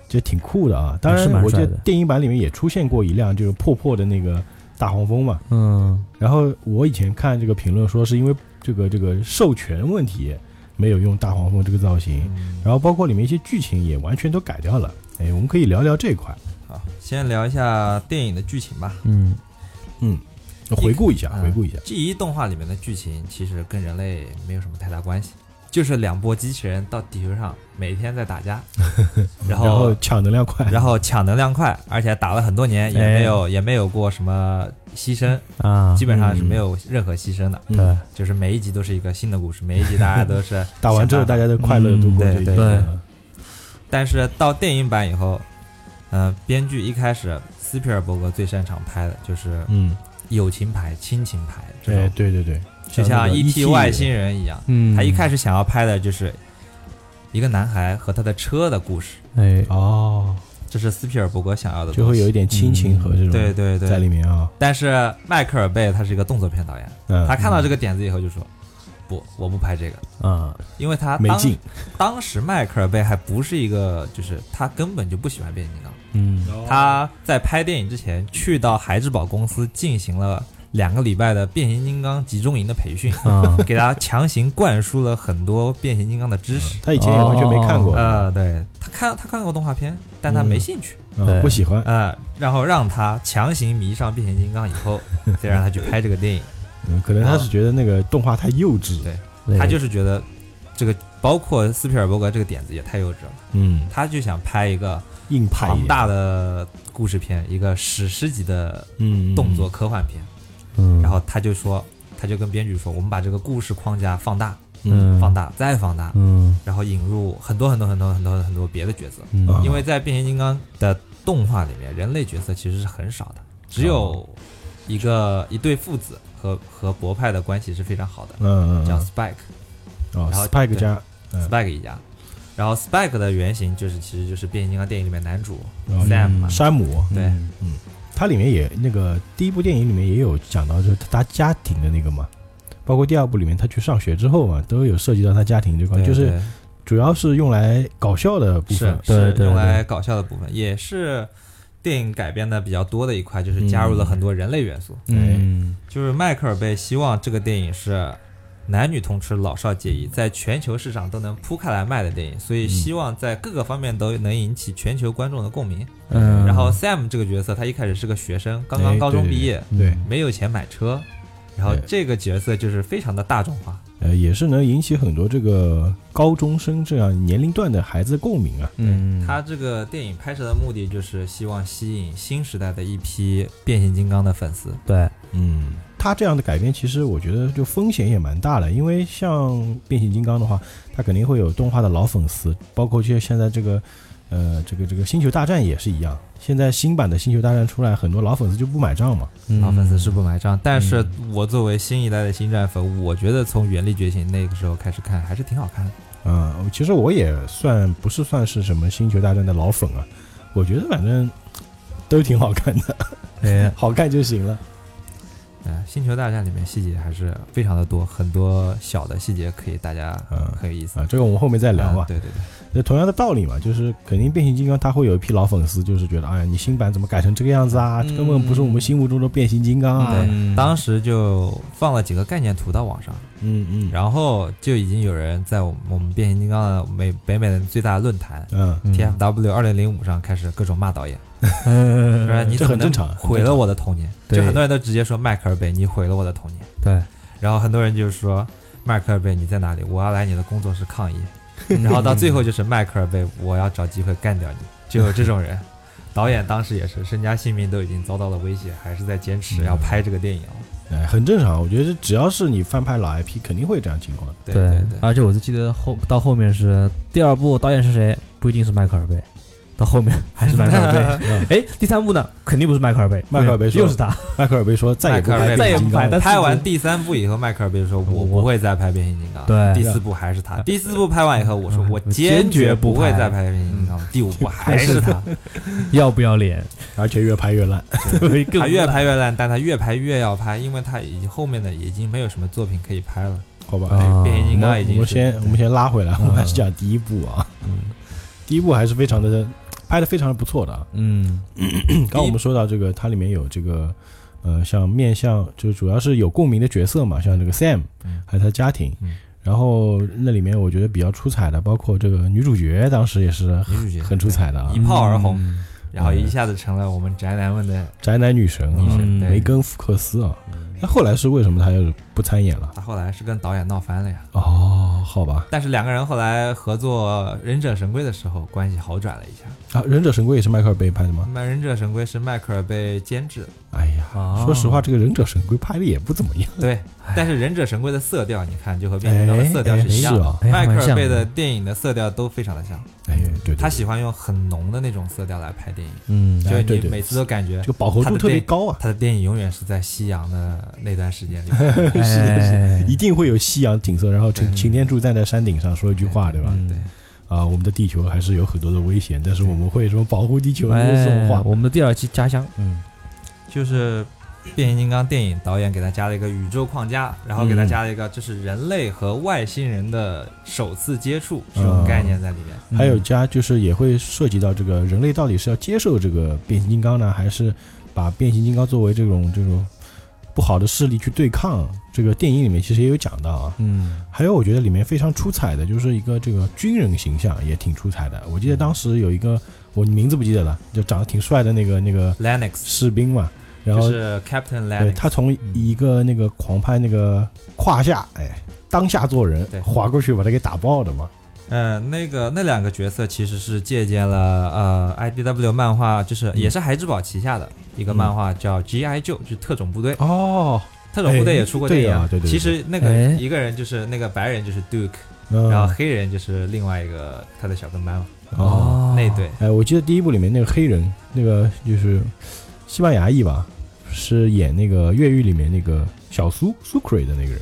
B: 这挺酷的啊。当然
C: 是，蛮
B: 我记
C: 帅
B: 得
C: 的
B: 电影版里面也出现过一辆就是破破的那个大黄蜂嘛。
C: 嗯，
B: 然后我以前看这个评论说是因为这个这个授权问题没有用大黄蜂这个造型，
D: 嗯
B: 然后包括里面一些剧情也完全都改掉了。哎，我们可以聊聊这一块。
D: 好，先聊一下电影的剧情吧。
C: 嗯，
B: 回顾一下，
D: 嗯
B: 回顾一下，
D: G 一动画里面的剧情其实跟人类没有什么太大关系，就是两波机器人到地球上每天在打 架，然
B: 然
D: 后
B: 后抢能量快，
D: 然后抢能量快，而且打了很多年也
C: 哎
D: 没有也没有过什么牺牲，
C: 啊，
D: 基本上是
B: 嗯
D: 没有任何牺牲的，
C: 对
D: 就是每一集都是一个新的故事，每一集大家都是
B: 打完之后
D: 想办法
B: 大家都快乐地度过
D: 嗯
B: 这一
C: 对
D: 对
B: 天。
D: 但是到电影版以后，嗯、编剧一开始斯皮尔伯格最擅长拍的就是
B: 嗯，
D: 友情牌、亲情牌这
B: 哎，
D: 种，
B: 对对对，
D: 就像
B: 那个
D: E.T. 外星人一样。
C: 嗯，
D: 他一开始想要拍的就是一个男孩和他的车的故事，
C: 哎，
B: 哦，
D: 这是斯皮尔伯格想要的东西，
B: 就会有一点亲情和这种
D: 嗯对对
B: 在
D: 对。
B: 里面啊。
D: 但是迈克尔贝他是一个动作片导演，
B: 嗯，
D: 他看到这个点子以后就说：“不，我不拍这个。”
C: 啊，
D: 因为他
B: 没
D: 当
B: 劲，
D: 当时迈克尔贝还不是一个，就是他根本就不喜欢变形金刚。
C: 嗯，
D: 他在拍电影之前去到孩之宝公司进行了两个礼拜的变形金刚集中营的培训，，
C: 啊
D: 给他强行灌输了很多变形金刚的知识。
B: 他以前也完全没看过，
D: 呃，对他看他看过动画片，但他没兴趣，
B: 嗯
C: 对
B: 不喜欢，
D: 呃，然后让他强行迷上变形金刚以后，再让他去拍这个 电影，
B: 嗯可能他是觉得那个动画太幼稚，
D: 对
C: 对
D: 他就是觉得这个包括斯皮尔伯格这个点子也太幼稚了，
B: 嗯，
D: 他就想拍一个
B: 硬派一
D: 庞
B: 点，
D: 大的故事片，一个史诗级的
B: 嗯，嗯
D: 动作，科幻片，
C: 嗯，
D: 然后他就说，他就跟编剧说，我们把这个故事框架放大，
C: 嗯，
D: 放，大，再放大，
C: 嗯
D: 然后引入很多很多很多很多很多别的角色，
C: 嗯
B: 啊
D: 因为在变形金刚的动画里面，人类角色其实是很少的，只有一个一对父子和和博派的关系是非常好的，
B: 嗯嗯
D: 叫
B: 嗯，
D: Spike
B: 哦
D: 然后
B: ，Spike 加，嗯
D: Spike 一家，然后 Spike 的原型就是其实就是变形金刚电影里面男主
B: 然后
D: Sam 嘛，
B: 山姆，
D: 对，
B: 它里面也那个第一部电影里面也有讲到，就是他家庭的那个嘛，包括第二部里面他去上学之后嘛，都有涉及到他家庭这块，
D: 对
B: 就是
D: 对
B: 主要是用来搞笑的部
D: 是
B: 分，
D: 是
C: 对对
D: 用来搞笑的部分，也是电影改编的比较多的一块，
B: 嗯
D: 就是加入了很多人类元素。
C: 嗯，
D: 就是迈克尔贝希望这个电影是男女通吃、老少皆宜，在全球市场都能铺开来卖的电影，所
B: 嗯
D: 以希望在各个方面都能引起全球观众的共鸣。
C: 嗯，
D: 然后 Sam 这个角色，他一开始是个学生，刚刚
B: 哎
D: 高中
B: 对
D: 毕业，
B: 对，
D: 没有钱买车，然后
B: 对
D: 这个角色就是非常的大众化。
B: 呃，也是能引起很多这个高中生这样年龄段的孩子共鸣啊，
C: 嗯，
D: 他这个电影拍摄的目的就是希望吸引新时代的一批变形金刚的粉丝。
C: 对，
B: 嗯，他这样的改编其实我觉得就风险也蛮大的，因为像变形金刚的话，它肯定会有动画的老粉丝，包括就现在这个，呃，这个这个星球大战也是一样，现在新版的星球大战出来，很多老粉丝就不买账嘛，
D: 老粉
B: 嗯
D: 丝是不买账，但是我作为新一代的星战粉，我觉得从《原力觉醒》那个时候开始看，还是挺好看的。
B: 啊、其实我也算不是算是什么星球大战的老粉啊，我觉得反正都挺好看的，
C: 哎，
B: 好看就行了，
D: 嗯，《星球大战》里面细节还是非常的多，很多小的细节可以大家
B: 嗯
D: 很有意思
B: 啊，这个我们后面再聊吧
D: 嗯。对对对，
B: 那同样的道理嘛，就是肯定变形金刚它会有一批老粉丝，就是觉得，哎呀，你新版怎么改成这个样子啊？
C: 嗯
B: 根本不是我们心目中的变形金刚啊！
C: 嗯
D: 对，当时就放了几个概念图到网上，
B: 嗯嗯，
D: 然后就已经有人在我们我们变形金刚的美北美的最大论坛
B: 嗯，
D: TFW 二零零五上开始各种骂导演，说
C: 嗯，
D: 你
B: 哎这
D: 怎么
B: 很
D: 能
B: 正常，
D: 毁了我的童年，
C: 对
D: 就很多人都直接说迈克尔贝，你毁了我的童年。
C: 对，
D: 然后很多人就说迈克尔贝你在哪里？我要来你的工作室抗议。然后到最后就是迈克尔贝，我要找机会干掉你，就有这种人。 导演当时也是身家性命都已经遭到了威胁，还是在坚持要拍这个电影哦。
B: 哎，很正常。我觉得只要是你翻拍老 IP，肯定会有这样情况的。
D: 对对，
C: 而且我就记得后到后面是第二部导演是谁，不一定是迈克尔贝，到后面还是迈克尔贝，哎，第三部呢，肯定不是迈克尔贝，
B: 迈克尔贝说
C: 又是他，
B: 迈克尔贝说再也不
D: 迈克尔
B: 拍
D: 贝
B: 变形金
C: 再
B: 刚
C: 也不
B: 了，
C: 拍
D: 拍完第三部以后，迈克尔贝就说：“我不会再拍变形金刚。”
C: 对
D: 第四部还是他。第四部拍完以后，我说：“我
C: 我坚
D: 坚决
C: 决
D: 不
C: 不
D: 会
C: 拍
D: 再拍变形金刚。”第五部还是他，
C: 要不要脸？
B: 而且越拍越烂。
C: 更
D: 他越拍越烂，但他越拍越要拍，因为他已经后面的已经没有什么作品可以拍了。
B: 好吧，
C: 啊
D: 变形
B: 我
D: 金刚已
B: 们我
D: 经
B: 们
D: 是
B: 先我们先拉回来，我们还是讲第一部啊
C: 嗯。
B: 第一部还是非常的拍的非常的不错的啊。
C: 嗯
B: 刚刚我们说到这个，它里面有这个，呃，像面向就是主要是有共鸣的角色嘛，像这个 Sam，
D: 嗯
B: 还有他家庭
D: 嗯。
B: 然后那里面我觉得比较出彩的，包括这个女主角，当时也是
D: 女主角
B: 很出彩的啊
D: 一。炮而红，然后一下子成了我们宅男们的
B: 宅男女神
D: 女
B: 啊，
D: 神。对
B: 梅，根·福克斯啊。那后来是为什么他又不参演了？
D: 他后来是跟导演闹翻了呀。
B: 哦，好吧，
D: 但是两个人后来合作《忍者神龟》的时候，关系好转了一下。
B: 啊，《忍者神龟》也是迈克尔贝拍的吗？
D: 那《忍者神龟》是迈克尔贝监制的，
B: 哎呀，
C: 哦
B: 说实话，这个《忍者神龟》拍的也不怎么样。
D: 对。但是《忍者神龟》的色调，你看就和变形金刚的色调是一样
B: 哎哎哎
D: 的。
C: 是啊
D: 迈克
C: 哎
D: 尔贝
C: 蛮像
D: 的
C: 的
D: 电影的色调都非常的像，
B: 哎，对对，
D: 他喜欢用很浓的那种色调来拍电影，
C: 嗯，
B: 哎
D: 就
B: 对
D: 你
B: 对
D: 每次都感觉
B: 这个饱和度特别高啊，
D: 他的电影永远是在夕阳的那段时间里。
B: 是的，是的
C: 哎
B: 嗯一定会有夕阳景色，然后
D: 对
B: 擎擎天柱站在山顶上说一句话，对吧？
C: 嗯
D: 对，
B: 啊，我们的地球还是有很多的危险，但是我们会说保护地球
C: 哎
B: 这种话。
C: 我们的第二期家乡，嗯，
D: 就是变形金刚电影导演给他加了一个宇宙框架，然后给他
B: 嗯
D: 加了一个就是人类和外星人的首次接触这种概念在里面。
C: 嗯
B: 还有加就是也会涉及到这个人类到底是要接受这个变形金刚呢，还是把变形金刚作为这种这种不好的势力去对抗？这个电影里面其实也有讲到啊。
C: 嗯，
B: 还有我觉得里面非常出彩的就是一个这个军人形象也挺出彩的。我记得当时有一个我名字不记得了，就长得挺帅的那个那个
D: Lennox
B: 士兵嘛，然后
D: 就是 Captain
B: 对
D: Lennox，
B: 他从一个那个狂派那个胯下，哎，当下做人
D: 对，
B: 划过去把他给打爆的嘛。
D: 嗯，那个那两个角色其实是借鉴了呃 IDW 漫画，就是
B: 嗯
D: 也是孩之宝旗下的一个漫画叫 G.I. Joe，就是特种部队。
B: 哦，
D: 特种部队也出过电
B: 哎对
D: 影
B: 啊，对对对
D: 其实那个
C: 哎
D: 一个人就是那个白人就是 Duke，
B: 嗯、
D: 然后黑人就是另外一个他的小跟班嘛，
B: 哦，
D: 那对。
B: 哎，我记得第一部里面那个黑人，那个就是西班牙裔吧，是演那个越狱里面那个小苏苏克瑞的那个人。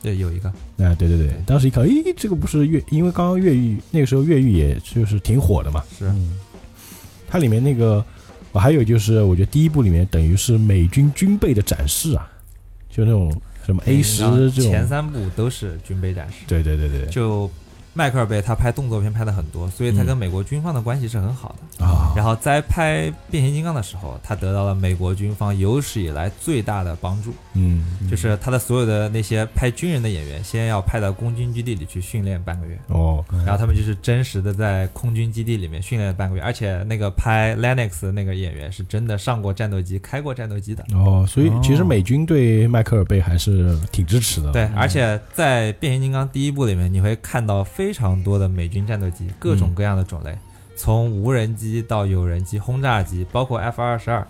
D: 对，有一个，
B: 啊，对对对，当时一看，咦，这个不是越，因为刚刚越狱那个时候越狱也就是挺火的嘛。
D: 是
B: 它里面那个，我还有就是，我觉得第一部里面等于是美军军备的展示啊，就那种什么 A 十这种
D: 哎前三部都是军备展示。
B: 对对对对，
D: 就迈克尔贝他拍动作片拍的很多，所以他
B: 嗯
D: 跟美国军方的关系是很好的。
B: 啊，
D: 然后在拍变形金刚的时候，他得到了美国军方有史以来最大的帮助，
B: 嗯，
D: 就是他的所有的那些拍军人的演员，先要派到空军基地里去训练半个月。
B: 哦，
D: 然后他们就是真实的在空军基地里面训练了半个月，而且那个拍 Lennox 的那个演员是真的上过战斗机、开过战斗机的。
B: 哦，所以其实美军对迈克尔贝还是挺支持的，
D: 对，而且在变形金刚第一部里面，你会看到非常多的美军战斗机，各种各样的种类，从无人机到有人机、轰炸机，包括 F 二十二。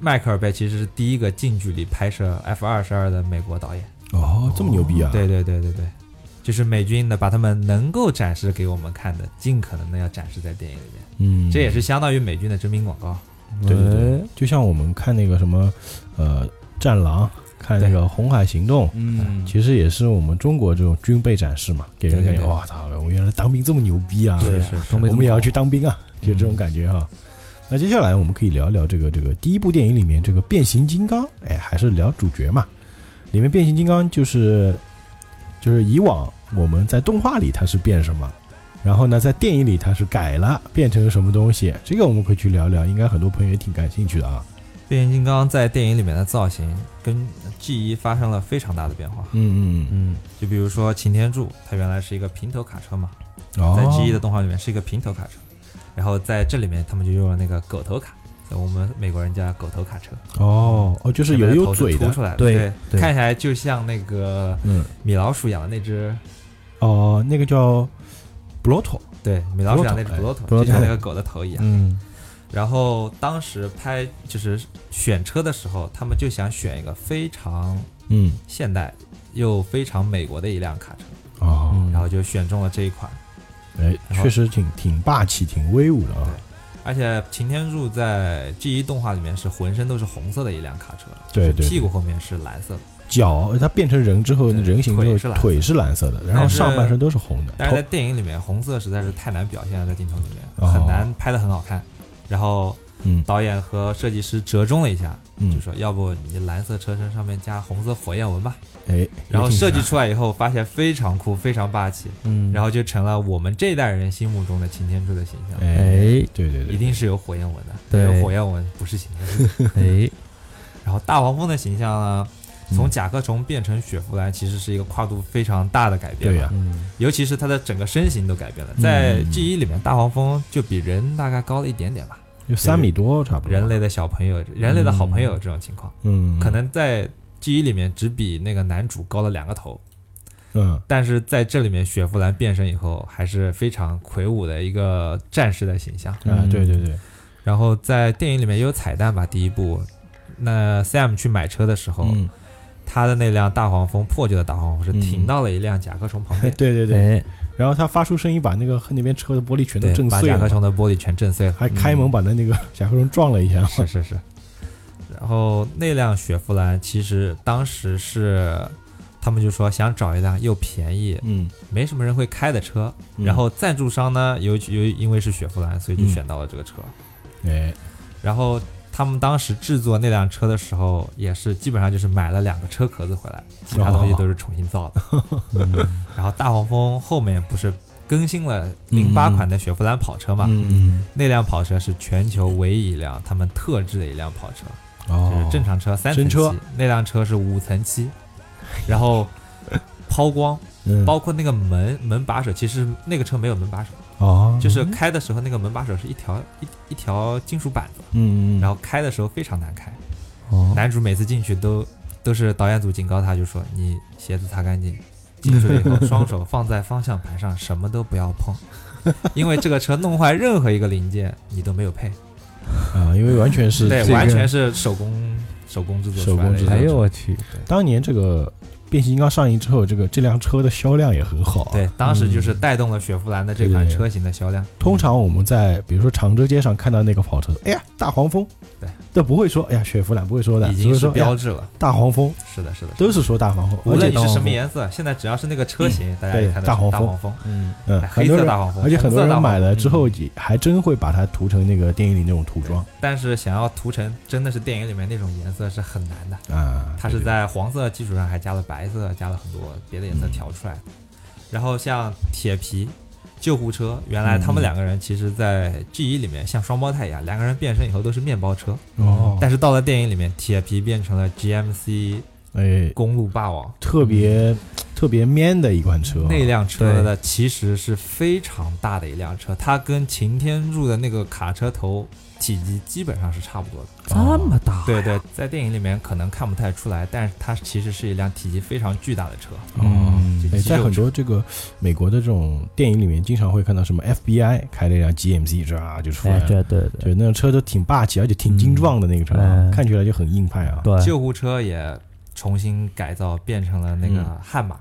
D: 迈克尔贝其实是第一个近距离拍摄 F 二十二的美国导演。
B: 哦，这么牛逼啊，
D: 对对对对对，就是美军的把他们能够展示给我们看的，尽可能的要展示在电影里面。
B: 嗯，
D: 这也是相当于美军的征兵广告。
B: 对对对，就像我们看那个什么，呃，战狼，看那个《红海行动》。
C: 嗯，
B: 其实也是我们中国这种军备展示嘛，给人感
D: 对对
B: 觉
D: 对
B: 哇操，我原来当兵这么牛逼啊！
D: 是
C: 对
D: 是
C: 东北
B: 我们也要去当兵啊，
D: 嗯
B: 就这种感觉哈。那接下来我们可以聊一聊这个这个第一部电影里面这个变形金刚，哎，还是聊主角嘛。里面变形金刚就是就是以往我们在动画里它是变什么，然后呢在电影里它是改了变成什么东西，这个我们可以去聊聊，应该很多朋友也挺感兴趣的啊。
D: 变形金刚在电影里面的造型跟 G 一发生了非常大的变化。
B: 嗯嗯
C: 嗯，
D: 就比如说擎天柱，它原来是一个平头卡车嘛，
B: 嗯，哦，
D: 在 G E 一的动画里面是一个平头卡车，然后在这里面他们就用了那个狗头卡，在我们美国人叫狗头卡车，
B: 哦哦，就是有有嘴
D: 头是凸
B: 的
D: 出，来的，
C: 对对
D: 看起来就像那个
B: 嗯，
D: 米老鼠养的那只，
B: 哦，那个叫 Blotto，
D: 对，米老鼠养的那只
B: Blotto，
D: 布
B: 哎
D: 洛头，就像
B: Blotto
D: 那个狗的头一样。
C: 嗯，
D: 然后当时拍就是选车的时候，他们就想选一个非常
B: 嗯，
D: 现代又非常美国的一辆卡车，
B: 哦，
D: 然后就选中了这一款。
B: 哎，
D: 然后
B: 确实挺挺霸气、挺威武的啊！
D: 而且擎天柱在 G 一动画里面是浑身都是红色的一辆卡车，
B: 对对，
D: 屁股后面是蓝色的，
B: 脚它变成人之后，
D: 对
B: 人形之后
D: 腿是蓝色的
B: 腿是蓝色的，然后
D: 但是
B: 上半身都是红的。
D: 但是在
B: 头
D: 电影里面红色实在是太难表现了，在镜头里
B: 哦
D: 面很难拍的很好看。然后
B: 嗯
D: 导演和设计师折中了一下，就
B: 嗯，
D: 说要不你蓝色车身上面加红色火焰纹吧。
B: 哎，
D: 然后
B: 也挺
D: 设计
B: 帅
D: 出来以后，发现非常酷，非常霸气，
C: 嗯，
D: 然后就成了我们这一代人心目中的擎天柱的形象。
B: 哎，
D: 嗯
C: 哎
B: 对对对，
D: 一定是有火焰纹的，
C: 对
D: 有火焰纹不是擎天柱。
C: 哎，
D: 然后大黄蜂的形象呢，从
B: 嗯
D: 甲壳虫变成雪佛兰，其实是一个跨度非常大的改变。
B: 对呀，
C: 嗯，
D: 尤其是它的整个身形都改变了。在
B: 嗯
D: G 一里面，大黄蜂就比人大概高了一点点吧，
B: 有三米多差不多。
D: 人，类的小朋友，人类的好朋友这种情况，
B: 嗯，
D: 可能在 G 一里面只比那个男主高了两个头，
B: 嗯，
D: 但是在这里面雪佛兰变身以后还是非常魁梧的一个战士的形象。
B: 啊，对对对，
D: 然后在电影里面也有彩蛋吧，第一部，那 Sam 去买车的时候，
B: 嗯，
D: 他的那辆大黄蜂破旧的大黄蜂是
B: 嗯
D: 停到了一辆甲壳虫旁
B: 对
D: 边，
B: 对对。
C: 哎，
B: 然后他发出声音，把那个那边车的玻璃 全都
D: 对，
B: 震
D: 把
B: 碎
D: 甲壳
B: 了，
D: 虫的玻璃全震碎了，
B: 还开门把那那个甲壳虫撞了一下。
D: 是是是。然后那辆雪佛兰其实当时是，他们就说想找一辆又便宜、
B: 嗯，
D: 没什么人会开的车，
B: 嗯
D: 然后赞助商呢，由由因为是雪佛兰，所以就选到了这个车。
B: 哎，
D: 然后他们当时制作那辆车的时候，也是基本上就是买了两个车壳子回来，其他东西都是重新造的。然后大黄蜂后面不是更新了零八
B: 哦嗯
D: 款的雪佛兰跑车嘛？
B: 嗯，
D: 那辆跑车是全球唯一一辆他们特制的一辆跑车，就是
B: 哦，
D: 正常车三层
B: 真车
D: 漆，那辆车是五层漆，然后抛光，
B: 嗯
D: 包括那个门门把手，其实那个车没有门把手。
B: 哦，
D: 就是开的时候那个门把手是一条一一条金属板子，
B: 嗯，嗯，
D: 然
B: 后
D: 后开的时候非常难开。
C: 哦，
D: 男主每次进去都都是导演组警告他，就说你鞋子擦干净，进去了以后双手放在方向盘上，什么都不要 碰，因为这个车弄坏任何一个零件你都没有配，
B: 啊，因为完全是
D: 对，
B: 这个
D: 完全是手工手工制作
B: 手
D: 出来
B: 工
D: 的
B: 制
D: 一
B: 作
D: 个。
C: 哎呦我去，
B: 当年这个变形金刚上映之后，这个这辆车的销量也很好。，啊
D: 对，当时就是带动了雪佛兰的这款
B: 嗯对对
D: 车型的销量。
B: 通常我们在比如说常州街上看到那个跑车，哎呀，大黄蜂，
D: 对，
B: 这不会说哎呀雪佛兰，不会说的，
D: 嗯已
B: 只
D: 经
B: 会
D: 是
B: 说哎
D: 标
B: 呀
D: 志了，
B: 大黄蜂，
D: 是的，是的，
B: 都是说大黄蜂，
D: 无
B: 而且
D: 论你是什
B: 大黄蜂，
D: 么
B: 嗯
D: 颜色，现在只要是那个车型，大家
B: 对
D: 一看到
B: 大黄
D: 大
B: 蜂
D: 黄蜂，
B: 嗯嗯，
D: 哎
B: 很
D: 黑
B: 多
D: 色
B: 人
D: 大黄蜂，
B: 而且很
D: 红色
B: 多
D: 大
B: 人
D: 黄
B: 买
D: 蜂
B: 了之后，也还真会把它涂成那个电影里那种涂装
D: 但是想要涂成真的是电影里面那种颜色是很难的，
B: 啊。
D: 它是在黄色基础上还加了白色，加了很多别的颜色调出来的。然后像铁皮、救护车，原来他们两个人其实在 G 一里面像双胞胎一样，两个人变身以后都是面包车，
B: 哦，
D: 但是到了电影里面，铁皮变成了 GMC
B: 哎，
D: 公路霸王。
B: 特别特别 man 的一款车，啊
D: 那辆车的其实是非常大的一辆车，它跟擎天柱的那个卡车头体积基本上是差不多的。
C: 这么大，
D: 对对，在电影里面可能看不太出来，但是它其实是一辆体积非常巨大的车。
B: 嗯
D: 哦这，
B: 哎
D: 肌
B: 在
D: 肉
B: 很
D: 车
B: 多这个美国的这种电影里面，经常会看到什么 FBI 开了一辆 GMC，唰啊就出来
C: 哎，
B: 了，
C: 对对对
B: 就那种车都挺霸气，而且挺精壮的那个车，啊
C: 嗯
B: 看起来就很硬派啊。
C: 对，
D: 救护车也重新改造，变成了那个
B: 嗯
D: 悍马，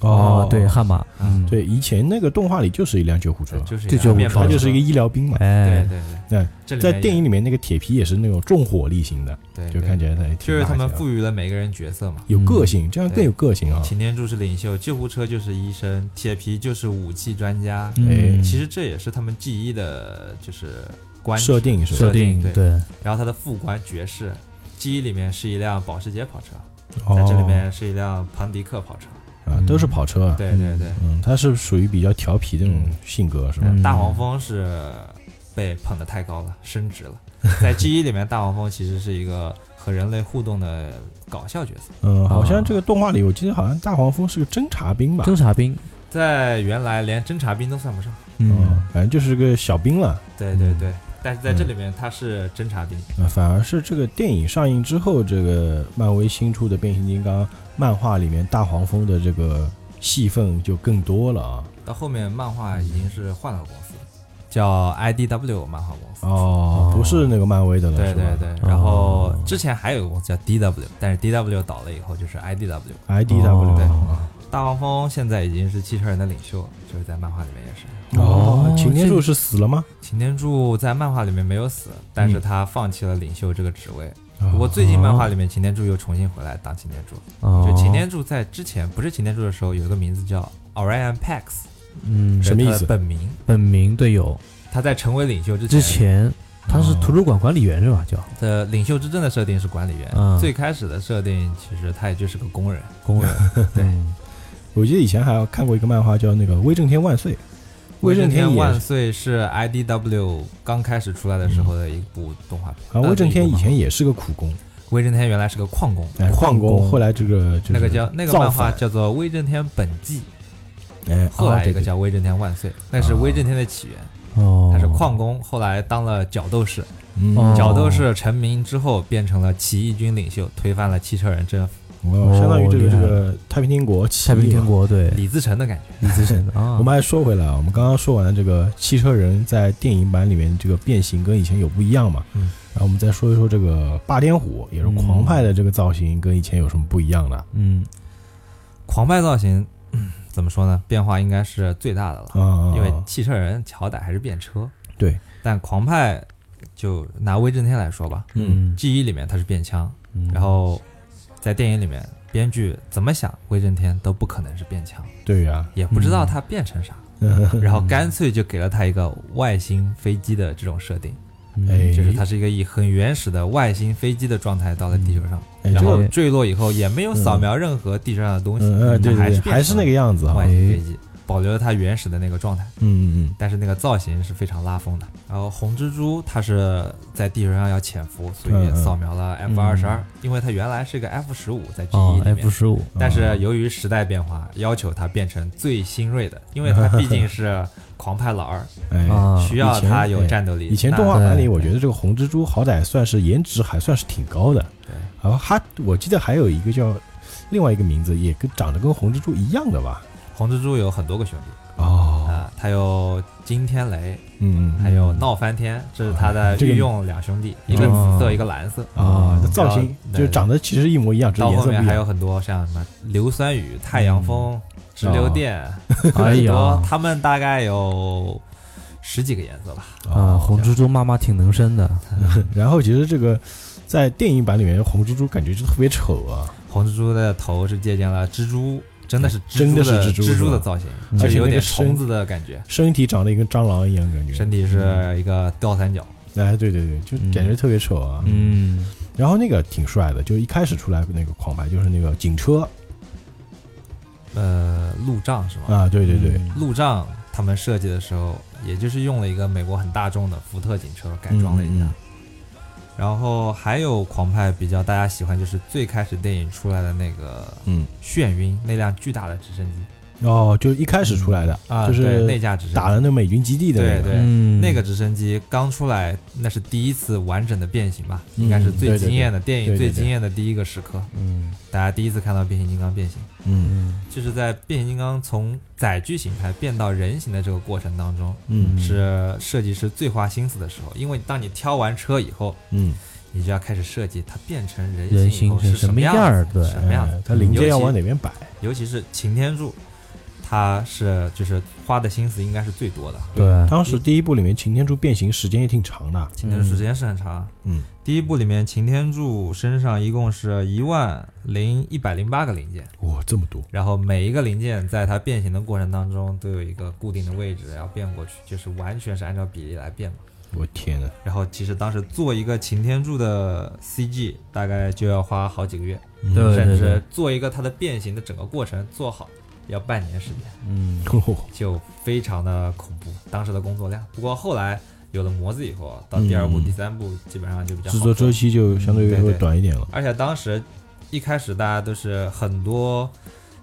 C: 哦，对，悍马，嗯，，
B: 对，以前那个动画里就是一辆救护车
D: 对，，就是
C: 这
D: 一
C: 救
D: 辆
C: 护
D: 面
C: 车
D: 包
B: 它
D: 车，
B: 就是一个医疗兵嘛。
D: 对
C: 哎，
D: 对对
B: 对，
D: 这里面
B: 在
D: 也
B: 电影里面，那个铁皮也是那种重火力型的，
D: 对
B: 就
D: 对
B: 看起来它也挺
D: 就是他们
B: 霸气
D: 嗯
B: 的啊
D: 赋予了每个人角色嘛。
B: 有个性，这样更有个性啊。
D: 擎天柱是领袖，救护车就是医生，铁皮就是武器专家。
B: 哎
C: 嗯，
D: 其实这也是他们 G 一的，就是关
B: 设定是吧？
C: 设定
D: 设定
C: 对，
D: 然后他的副官爵士，G 一里面是一辆保时捷跑车，在
B: 哦
D: 这里面是一辆庞迪克跑车。
B: 啊，都是跑车啊。
D: 对对对，
B: 嗯，他是属于比较调皮的那种性格，是吧？
D: 嗯大黄蜂是被捧得太高了，升职了。 在 G 一里面，大黄蜂其实是一个和人类互动的搞笑角色。
B: 嗯，好
D: 啊
B: 像这个动画里，我记得好像大黄蜂是个侦察兵吧？
C: 侦察兵，
D: 在原来连侦察兵都算不上。
B: 嗯，反正就是个小兵了。
D: 对对对，
B: 嗯
D: 但是在这里面他是侦察兵。
B: 那反而是这个电影上映之后，这个漫威新出的变形金刚漫画里面大黄蜂的这个戏份就更多了啊。
D: 到后面漫画已经是换了个公司，叫 IDW 漫画公司。
B: 哦，不是那个漫威的了，
D: 对
B: 是吧哦
D: 对对，然后之前还有一个公司叫 DW，但是 DW 倒了以后就是 IDW。
B: ，IDW
D: 对
B: 哦
D: 大黄蜂现在已经是汽车人的领袖，就是在漫画里面也是。
B: 哦
C: 哦，
B: 擎天柱是死了吗？
D: 擎天柱在漫画里面没有死，但是他放弃了领袖这个职位。
B: 嗯啊
D: 不过最近漫画里面，擎天柱又重新回来当擎天柱。
C: 哦
D: 就擎，天柱在之前不是擎天柱的时候，有一个名字叫 Orion Pax，
C: 嗯，
B: 什么意思
D: 是他的本名。
C: 本名队友
D: 他在成为领袖之前，
C: 之前他是图书馆管理员是吧？叫
D: 的领袖之证的设定是管理员。
C: 嗯
D: 最开始的设定其实他也就是个工人。
C: 工人，嗯对，
B: 我记得以前还有看过一个漫画叫那个《威震天万岁》，威震
D: 天
B: 也
D: 万
B: 是
D: 岁是 IDW 刚开始出来的时候的一部动画片。
B: 啊，威震天以前
D: 也，
B: 也是个苦工，
D: 威震天原来是个矿工，
B: 嗯哎，矿
C: 矿工
B: 后来这个就是
D: 那个叫那个
B: 造
D: 漫画
B: 反
D: 叫做《威震天本纪》。
B: 哎，
D: 后来一
B: 这啊
D: 个叫《威震天万岁》，那是威震天的起源。
C: 哦，
D: 他是矿工，后来当了角斗士。
B: 嗯
C: 哦
D: 角斗士成名之后，变成了起义军领袖，推翻了汽车人政府，
B: 哦，相当于这个
C: 厉
B: 这
C: 害
B: 个太平天国起义
C: 太平天
B: 嘛
C: 国对
D: 李自成的感觉。
C: 李自 成啊，
B: 我们还说回来啊，我们刚刚说完了这个汽车人在电影版里面这个变形跟以前有不一样嘛，
D: 嗯
B: 然后我们再说一说这个霸天虎，
C: 嗯
B: 也是狂派的这个造型跟以前有什么不一样的啊
D: 嗯，狂派造型、嗯怎么说呢？变化应该是最大的了，
B: 啊？
D: 因为汽车人好歹还是变车，
B: 对，
D: 但狂派就拿威震天来说吧，
C: 嗯，
D: 记忆里面他是变枪，
C: 嗯
D: 然后在电影里面，编剧怎么想威震天都不可能是变枪，
B: 对呀、
D: 也不知道他变成啥，
B: 嗯
D: 然后干脆就给了他一个外星飞机的这种设定，
C: 嗯
B: 哎
D: 就是他是一个以很原始的外星飞机的状态到了地球上，
B: 哎
D: 然
B: 这
D: 后
B: 个
D: 坠落以后也没有扫描任何地球上的东西，
B: 嗯呃对
D: 它
B: 对对，还
D: 还
B: 是那个样子啊，
D: 外
B: 嗯
D: 星飞机，保留了它原始的那个状态。
B: 嗯
D: 但是那个造型是非常拉风的。然后红蜘蛛它是在地球上要潜伏，所
B: 嗯
D: 以
B: 嗯
D: 扫描了 F 二十二，因为它原来是个 F 十五在 G
C: 哦
D: 一里面。
C: F 十五，
D: 但是由于时代变化，要求它变成最新锐的，因为它毕竟是狂派老 二，
B: 嗯，哎。
C: 啊，
D: 需要它有
B: 哎
D: 战斗力。
B: 以前
D: 那
B: 动画版里，
C: 对
B: 我觉得这个红蜘蛛好歹算是颜值还算是挺高的，
D: 对
B: 然后还我记得还有一个叫另外一个名字，也跟长得跟红蜘蛛一样的吧？
D: 红蜘蛛有很多个兄弟
B: 哦，
D: 啊，它有惊天雷，
B: 嗯，嗯
D: 还有闹翻天，这是它
B: 啊
D: 的
B: 这个
D: 御用两兄弟，一个
C: 哦
D: 紫色，一个蓝色。
B: 啊，那
D: 嗯
B: 造型
D: 然后
B: 就长得其实一模一样，只嗯是
D: 到
B: 颜
D: 后
B: 色不
D: 面
B: 一
D: 还有
B: 样。
D: 很多像什么硫酸雨、太阳风、直流电，
B: 哦
C: 哎
D: 很多
C: 呀
D: 他们大概有十几个颜色吧。
C: 啊，红蜘蛛妈妈挺能生的，
B: 然后其实这个在电影版里面，红蜘蛛感觉就特别丑啊，
D: 红蜘蛛的头是借鉴了蜘蛛，真的是蜘
B: 真
D: 蛛
B: 的是蜘蛛
D: 蛛
B: 是吧
D: 的造型，
C: 嗯
D: 就
B: 而且
D: 有
B: 那个
D: 点
B: 身
D: 虫子的感觉，
B: 身体长得跟蟑螂一样感觉。
D: 身体是一个倒三角。
B: 哎，对对对，就感觉特别丑啊。
C: 嗯，
B: 然后那个挺帅的，就一开始出来那个狂派就是那个警车
D: 呃，路障是吗？
B: 啊，对对对，
D: 路障他们设计的时候，也就是用了一个美国很大众的福特警车改装了一下。
B: 嗯
D: 然后还有狂派比较大家喜欢，就是最开始电影出来的那个
B: 嗯，
D: 眩晕那辆巨大的直升机
B: 哦，就一开始出来的
D: 啊，
B: 就
D: 对
B: 是
D: 那架直升机
B: 打了那美军基地的那
D: 对
B: 个，
D: 对、
C: 嗯
D: 那个直升机刚出来，那是第一次完整的变形吧，应该是
B: 对
D: 最
B: 对对
D: 惊艳的电
B: 对
D: 影
B: 对
D: 最
B: 对
D: 惊艳的第一个时刻，
C: 嗯
D: 大家第一次看到变形金刚变形，
B: 嗯
C: 嗯
D: 就是在变形金刚从载具形态变到人形的这个过程当中，
B: 嗯
D: 是设计师最花心思的时候，因为当你挑完车以后，
B: 嗯，
D: 你就要开始设计它变成人
C: 人
D: 形以
C: 形
D: 后
C: 是
D: 什
C: 什么
D: 么
C: 样
D: 样嗯
C: 儿
D: 子，
C: 对
D: 什么样子
B: 哎，它零件要
D: 尤其
B: 往哪边摆？
D: 尤其是擎天柱，他是就是花的心思应该是最多的。
C: 对
B: 当时第一部里面擎天柱变形时间也挺长的，
D: 擎天柱时间是很长，
B: 嗯，
D: 第一部里面擎天柱身上一共是一万零一百零八个零件，
B: 哇，这么多，
D: 然后每一个零件在它变形的过程当中都有一个固定的位置，然后变过去，就是完全是按照比例来变嘛。
B: 我天啊呐，
D: 然后其实当时做一个擎天柱的 CG 大概就要花好几个月，
C: 对
D: 甚
C: 对
D: 至
C: 对
D: 做一个它的变形的整个过程做好要半年时间。
C: 嗯
B: 哦
D: 就非常的恐怖，当时的工作量。不过后来有了模子以后，到第二部、
B: 嗯
D: 第三部基本上就比较好
B: 制作周期就相对
D: 嗯对
B: 会
D: 对
B: 短一点了。
D: 而且当时一开始大家都是很多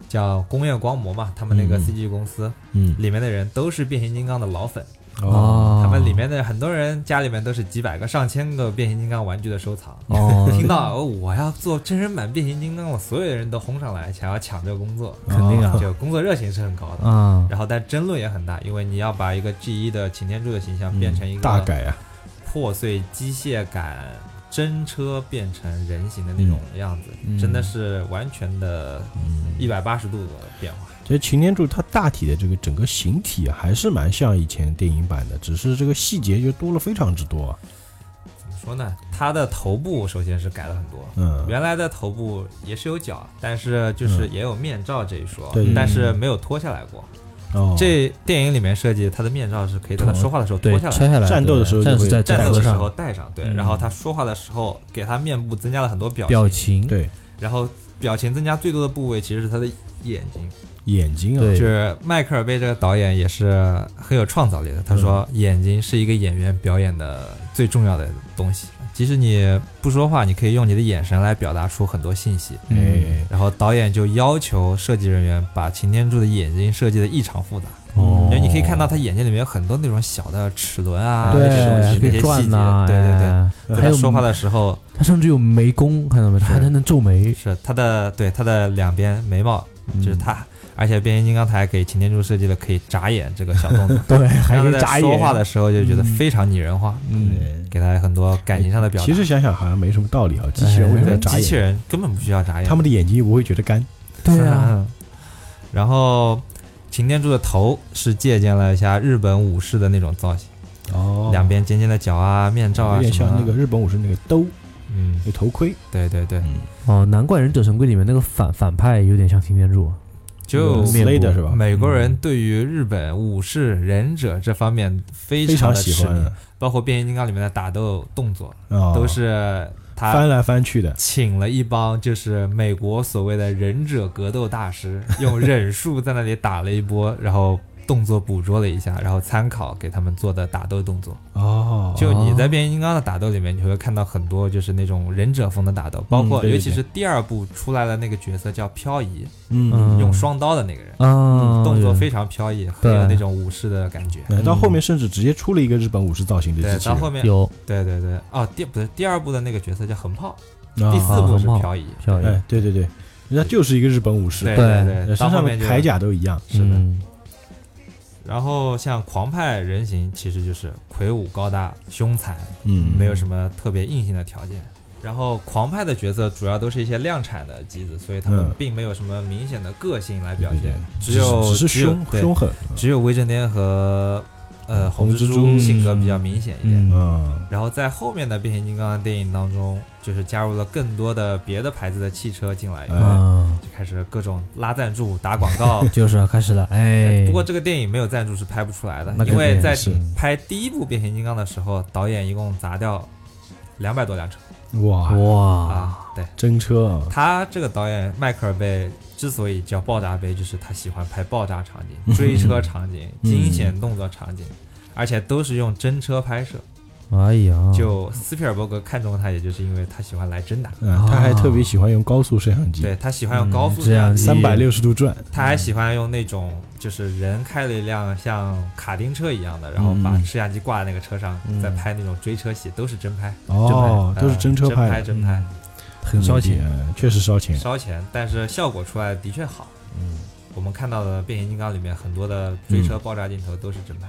D: 叫工业光魔嘛，他们那个
B: 嗯
D: CG 公司、
B: 嗯，
D: 里面的人都是变形金刚的老粉，
C: 啊
B: 哦，
D: 他们里面的很多人家里面都是几百个、上千个变形金刚玩具的收藏。
B: 啊
C: 哦，
D: 听到、哦我要做真人版变形金刚了，所有的人都轰上来，想要抢这个工作，
C: 肯定啊
D: 就工作热情是很高的。
C: 啊，
D: 然后但争论也很大，因为你要把一个 G 一的擎天柱的形嗯象变
C: 嗯
D: 成一
B: 大
D: 个
B: 改啊，
D: 破碎机械感真车变成人形的那种样子，
C: 嗯
D: 真的是完全的一百八十度的变化。
B: 其实擎天柱它大体的这个整个形体啊，还是蛮像以前电影版的，只是这个细节就多了非常之多啊。
D: 怎么说呢？它的头部首先是改了很多。
B: 嗯，
D: 原来的头部也是有角，但是
C: 嗯
D: 就是也有面罩这一说，
B: 对
D: 但是没有脱下来过。
B: 哦，
D: 这电影里面设计它的面罩是可以在他说话的时候脱
C: 对，
D: 下来的，
C: 拆下来，
B: 战斗的时候就
C: 战士
B: 会
C: 在
D: 战
C: 战
D: 斗
C: 斗
D: 的时
C: 上
D: 候戴上，对，
C: 嗯
D: 然后他说话的时候给他面部增加了很多表
C: 表情，
B: 对
D: 然后表情增加最多的部位其实是他的眼睛，
B: 眼睛啊，
C: 对
D: 就是迈克尔贝这个导演也是很有创造力的。他说，
C: 嗯
D: 眼睛是一个演员表演的最重要的东西，即使你不说话，你可以用你的眼神来表达出很多信息。
C: 嗯，
B: 哎，
D: 然后导演就要求设计人员把擎天柱的眼睛设计的异常复杂，
C: 哦
D: 因为你可以看到他眼睛里面有很多那种小的齿轮啊，
C: 对
D: 那些东西，
C: 可
D: 那
C: 以
D: 些细
C: 转
D: 节，
C: 呐，哎
D: 对对对。
C: 对还
D: 在他
C: 有
D: 说话的时候，
C: 他甚至有眉弓，看到没？他还
D: 是
C: 能皱 眉，，
D: 是他的对他的两边眉毛，
B: 嗯
D: 就是他，而且变形金刚他还给擎天柱设计了可以眨眼这个小动 作
C: 对，还
D: 让
C: 能
D: 他
C: 眨
D: 在
C: 眼。
D: 说话的时候就觉得
C: 嗯
D: 非常拟人化，
C: 嗯，
D: 给他很多感情上的表达。
B: 哎其实想想好像没什么道理啊，机器人为什么
D: 对
B: 要眨
D: 机器
B: 眼？
D: 人根本不需要眨眼，
B: 他们 的眼睛又不会觉得干。
C: 对啊，
D: 然后擎天柱的头是借鉴了一下日本武士的那种造型，
B: 哦
D: 两边尖尖的角啊、面罩啊
B: 有点
D: 什么
B: 像
D: 的。
B: 那个嗯日本武士那个兜，
D: 嗯
B: 那，头盔。
D: 对对对，
C: 哦，难怪忍者神龟里面那个反反派有点像擎天柱，啊
D: 就
B: 嗯
C: 面部
B: Slater 是吧？嗯
D: 美国人对于日本武士、忍者这方面非
B: 非常
D: 的
B: 喜
D: 痴迷
B: 欢，
D: 包括变形金刚里面的打斗动作，
B: 啊，
D: 都是啊他
B: 翻来翻去的。
D: 请了一帮就是美国所谓的忍者格斗 大师，用忍术在那里打了一波，然后动作捕捉了一下，然后参考给他们做的打斗动作。
B: 哦
D: 就你在变形金刚的打斗里面，你会看到很多就是那种忍者风的打斗，包
B: 嗯
D: 括
B: 对对
D: 尤其
B: 对
D: 是第二部出来的那个角色叫漂移，
B: 嗯，
C: 嗯，
D: 用双刀的那个人。
C: 啊，
D: 嗯动作
C: 有
D: 非常飘逸，很有
C: 对
D: 那种武士的感觉。
B: 呃到后面甚至直接出了一个日本武士造型的
D: 嗯对
B: 机，器
D: 到
B: 人。
D: 后面，
C: 有
D: 对对对，哦，第不是第二部的那个角色叫横炮，
B: 啊
D: 第四部
C: 横
D: 是
C: 炮
D: 漂移，
C: 效应
B: 哎，，对对对，人家就是一个日本武士
D: 对，
B: 呃
D: 对，
B: 身
D: 到后
B: 上的
D: 面就
B: 铠。甲都一样。
D: 是的
C: 嗯
D: 然后像狂派人形，其实就是魁梧高大、凶残，
B: 嗯，
D: 没有什么特别硬性的条件。然后狂派的角色主要都是一些量产的机子，所以他们
B: 嗯
D: 并没有什么明显的个性来表
B: 对对
D: 现
B: 对，
D: 只有
B: 只是
D: 只有
B: 凶
D: 对
B: 凶狠。
D: 只有威震天和呃
B: 红
D: 红蜘
B: 蜘
D: 蛛
B: 蛛
D: 性格比较明显一点。
C: 嗯
B: 嗯，
D: 然后在后面的变形金刚的电影当中，就是加入了更多的别的牌子的汽车进来以后，
B: 哎
C: 啊，
D: 就开始各种拉赞助、打广告。
C: 就是啊开始了，哎，
D: 不过这个电影没有赞助是拍不出来的
C: 那，肯定
D: 因为在
C: 是
D: 拍第一部变形金刚的时候，导演一共砸掉两百多辆车
B: 哇，
C: 哇，
D: 啊。对
B: 真车啊，
D: 他这个导演迈克尔贝之所以叫爆炸贝，就是他喜欢拍爆炸场景、追车场景、
B: 嗯
D: 惊险动作场景，而且都是用真车拍摄。
C: 哎呀，
D: 就斯皮尔伯格看中他，也就是因为他喜欢来真打。
B: 嗯，他还特别喜欢用高速摄像机
D: 啊对，他喜欢用高速
C: 嗯这样
D: 摄像
B: 三
D: 机
B: 百六十度转。
D: 他还喜欢用那种就是人开了一辆像卡丁车一样的，然后把
B: 嗯
D: 摄像机挂在那个车上，再拍那种追车戏，都是真拍，
B: 哦，
D: 真拍
B: 都是真车
D: 拍，
B: 拍的，
D: 啊真拍，
C: 很烧钱，
B: 嗯，确实烧钱。
D: 烧钱，但是效果出来的确好。嗯我们看到的变形金刚里面很多的追车爆炸镜头都是真拍，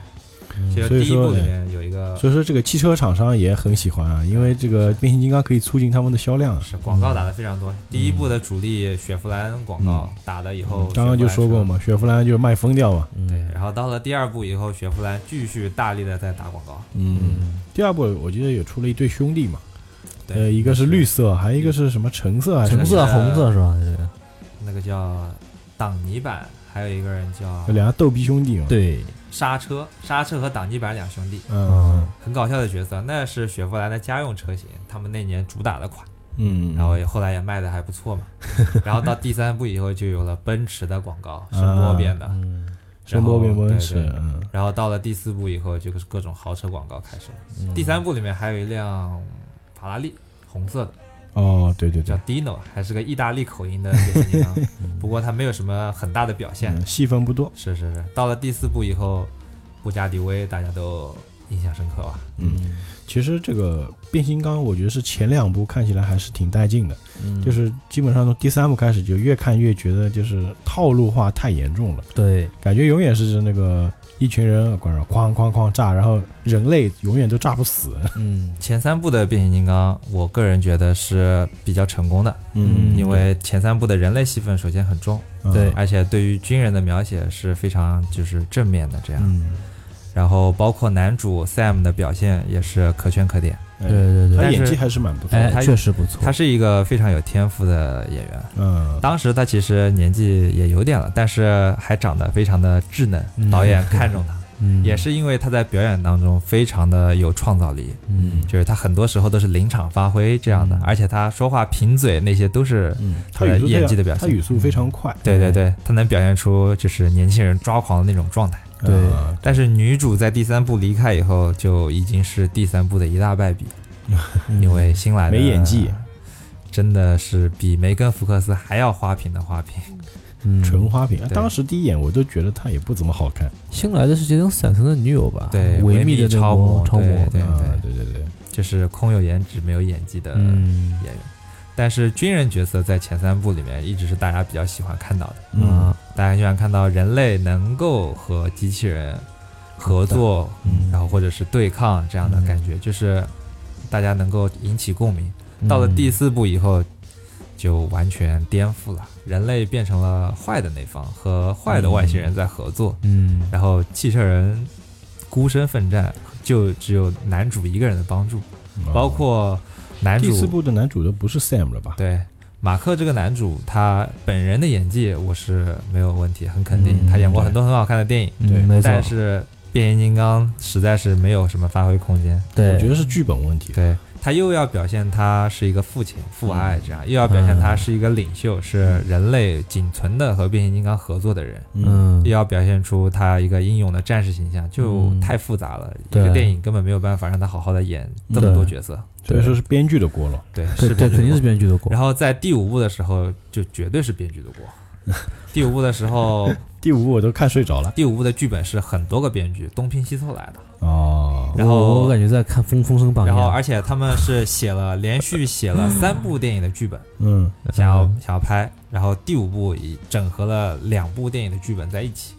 D: 其实
B: 嗯所以
D: 第一部
B: 说
D: 里面有一个
B: 所以说这个汽车厂商也很喜欢啊，因为这个变形金刚可以促进他们的销量啊。
D: 是广告打的非常多，第一部的主力雪佛兰广告打了以后，
B: 嗯刚刚就说过
D: 嘛。
B: 嘛，雪佛兰就是卖疯掉啊嘛。
C: 嗯
D: 对，然后到了第二部以后，雪佛兰继续大力的在打广告，
B: 嗯，第二部我记得也出了一对兄弟嘛，
D: 对
B: 呃，一个是绿色，还有一个是什么橙色啊还是
C: 橙
B: 什
C: 色、
D: 是
C: 红色是吧？这个
D: 那个叫挡泥板，还有一个人叫
B: 么，两个逗逼兄弟嘛。，
C: 对，
D: 刹车，刹车和挡泥板两兄弟，
B: 嗯
D: 很搞笑的角色，那是雪佛兰的家用车型，他们那年主打的款，
B: 嗯，
D: 然后也后来也卖的还不错嘛，然后到第三部以后就有了奔驰的广告，
B: 啊
D: 声波变的，
C: 嗯，
B: 声波变奔驰
D: 然，后对对
B: 嗯，
D: 然后到了第四部以后就是各种豪车广告开始了，
C: 嗯
D: 第三部里面还有一辆法拉利，红色的。
B: 哦，对对
D: 叫
B: 对，
D: Dino，还是个意大利口音的变形金刚，不过他没有什么很大的表现。
B: 嗯，戏份不多，
D: 是是是，到了第四部以后，布加迪威大家都印象深刻啊吧？
C: 嗯
B: 其实这个变形金刚，我觉得是前两部看起来还是挺带劲的，
D: 嗯
B: 就是基本上从第三部开始就越看越觉得就是套路化太严重了，
C: 对，
B: 感觉永远是那个一群人啊咣咣咣咣炸，然后人类永远都炸不死。
C: 嗯，
D: 前三部的变形金刚，我个人觉得是比较成功的，
C: 嗯
D: 因为前三部的人类戏份首先很重，
B: 嗯
C: 对
D: 而且对于军人的描写是非常就是正面的这样，
B: 嗯，
D: 然后包括男主 Sam 的表现也是可圈可点，
B: 对
C: 对对对
B: 哎他
D: 但
B: 演
D: 是
B: 技还是蛮不错
C: 对，
B: 的。
C: 哎，确实不错，
D: 他是一个非常有天赋的演员。
B: 嗯，
D: 当时他其实年纪也有点了，但是还长得非常的稚嫩，导演看中他，
C: 嗯
D: 也是因为他在表演当中非常的有创造力，
C: 嗯
D: 就是他很多时候都是临场发挥这样的，
C: 嗯
D: 而且他说话平嘴那些都是，
B: 嗯，
D: 他
B: 他
D: 的
B: 语速非常
D: 演技的表现
B: 他语速嗯非常快。
D: 对对对，他能表现出就是年轻人抓狂的那种状态。
B: 嗯
C: 对
D: 但是女主在第三部离开以后，就已经是第三部的一大 败笔，因为新来的
B: 没演技，
D: 真的是比梅根·福克斯还要花瓶的花瓶。
C: 嗯
B: 纯花瓶。
D: 对
B: 当时第一眼我都觉得它也不怎么好看。
C: 新来的是杰森斯坦森的女友吧？
D: 对
C: 维
D: 维密
C: 密的那个
D: 超模
C: 超模，
D: 对
B: 啊对对对，
D: 就是空有颜值没有演技的演
C: 嗯
D: 员。但是军人角色在前三部里面一直是大家比较喜欢看到的，
B: 嗯
C: 啊，
D: 大家喜欢看到人类能够和机器人合作，
B: 嗯
D: 然后或者是对抗这样的感觉，就是大家能够引起共鸣。
C: 嗯
B: 嗯
D: 到了第四部以后，就完全颠覆了，人类变成了坏的那方，和坏的外星人在合作，
C: 嗯，
D: 然后汽车人孤身奋战，就只有男主一个人的帮助，
B: 啊
D: 包括男
B: 第四
D: 主
B: 部的男主都不是 Sam 了吧？
D: 对马克这个男主，他本人的演技我是没有问题，很肯定，
C: 嗯
D: 他演过很多很好看的电影，
C: 嗯
B: 对
C: 没错，
D: 但是变形金刚实在是没有什么发挥空间，
B: 我觉
C: 对，
B: 得是剧本问题。
D: 对他又要表现他是一个父亲、父
C: 嗯
D: 爱这样，又要表现他是一个领袖，是人类仅存的和变形金刚合作的人，
C: 嗯
D: 又，要表现出他一个英勇的战士形象，就
C: 嗯
D: 太复杂了。一
C: 对
D: 个电影根本没有办法让他好好的演这么多角色，
B: 所以说是编剧的锅了。
D: 对，
C: 对
D: 是
C: 对，
D: 编剧
C: 肯定是
D: 的锅。
C: 编剧的锅。
D: 然后在第五部的时候，就绝对是编剧的 锅。第五部的时候，
B: 第五我都看睡着了。
D: 第五部的剧本是很多个编剧东拼西凑来的，
B: 哦，
D: 然后
C: 我我感觉在看《风风声榜》一
D: 然
C: 样，
D: 后而且他们是写了连续 写了三部电影的剧本，
B: 嗯，
D: 想要想要拍，然后第五部以整合了两部电影的剧本在一起。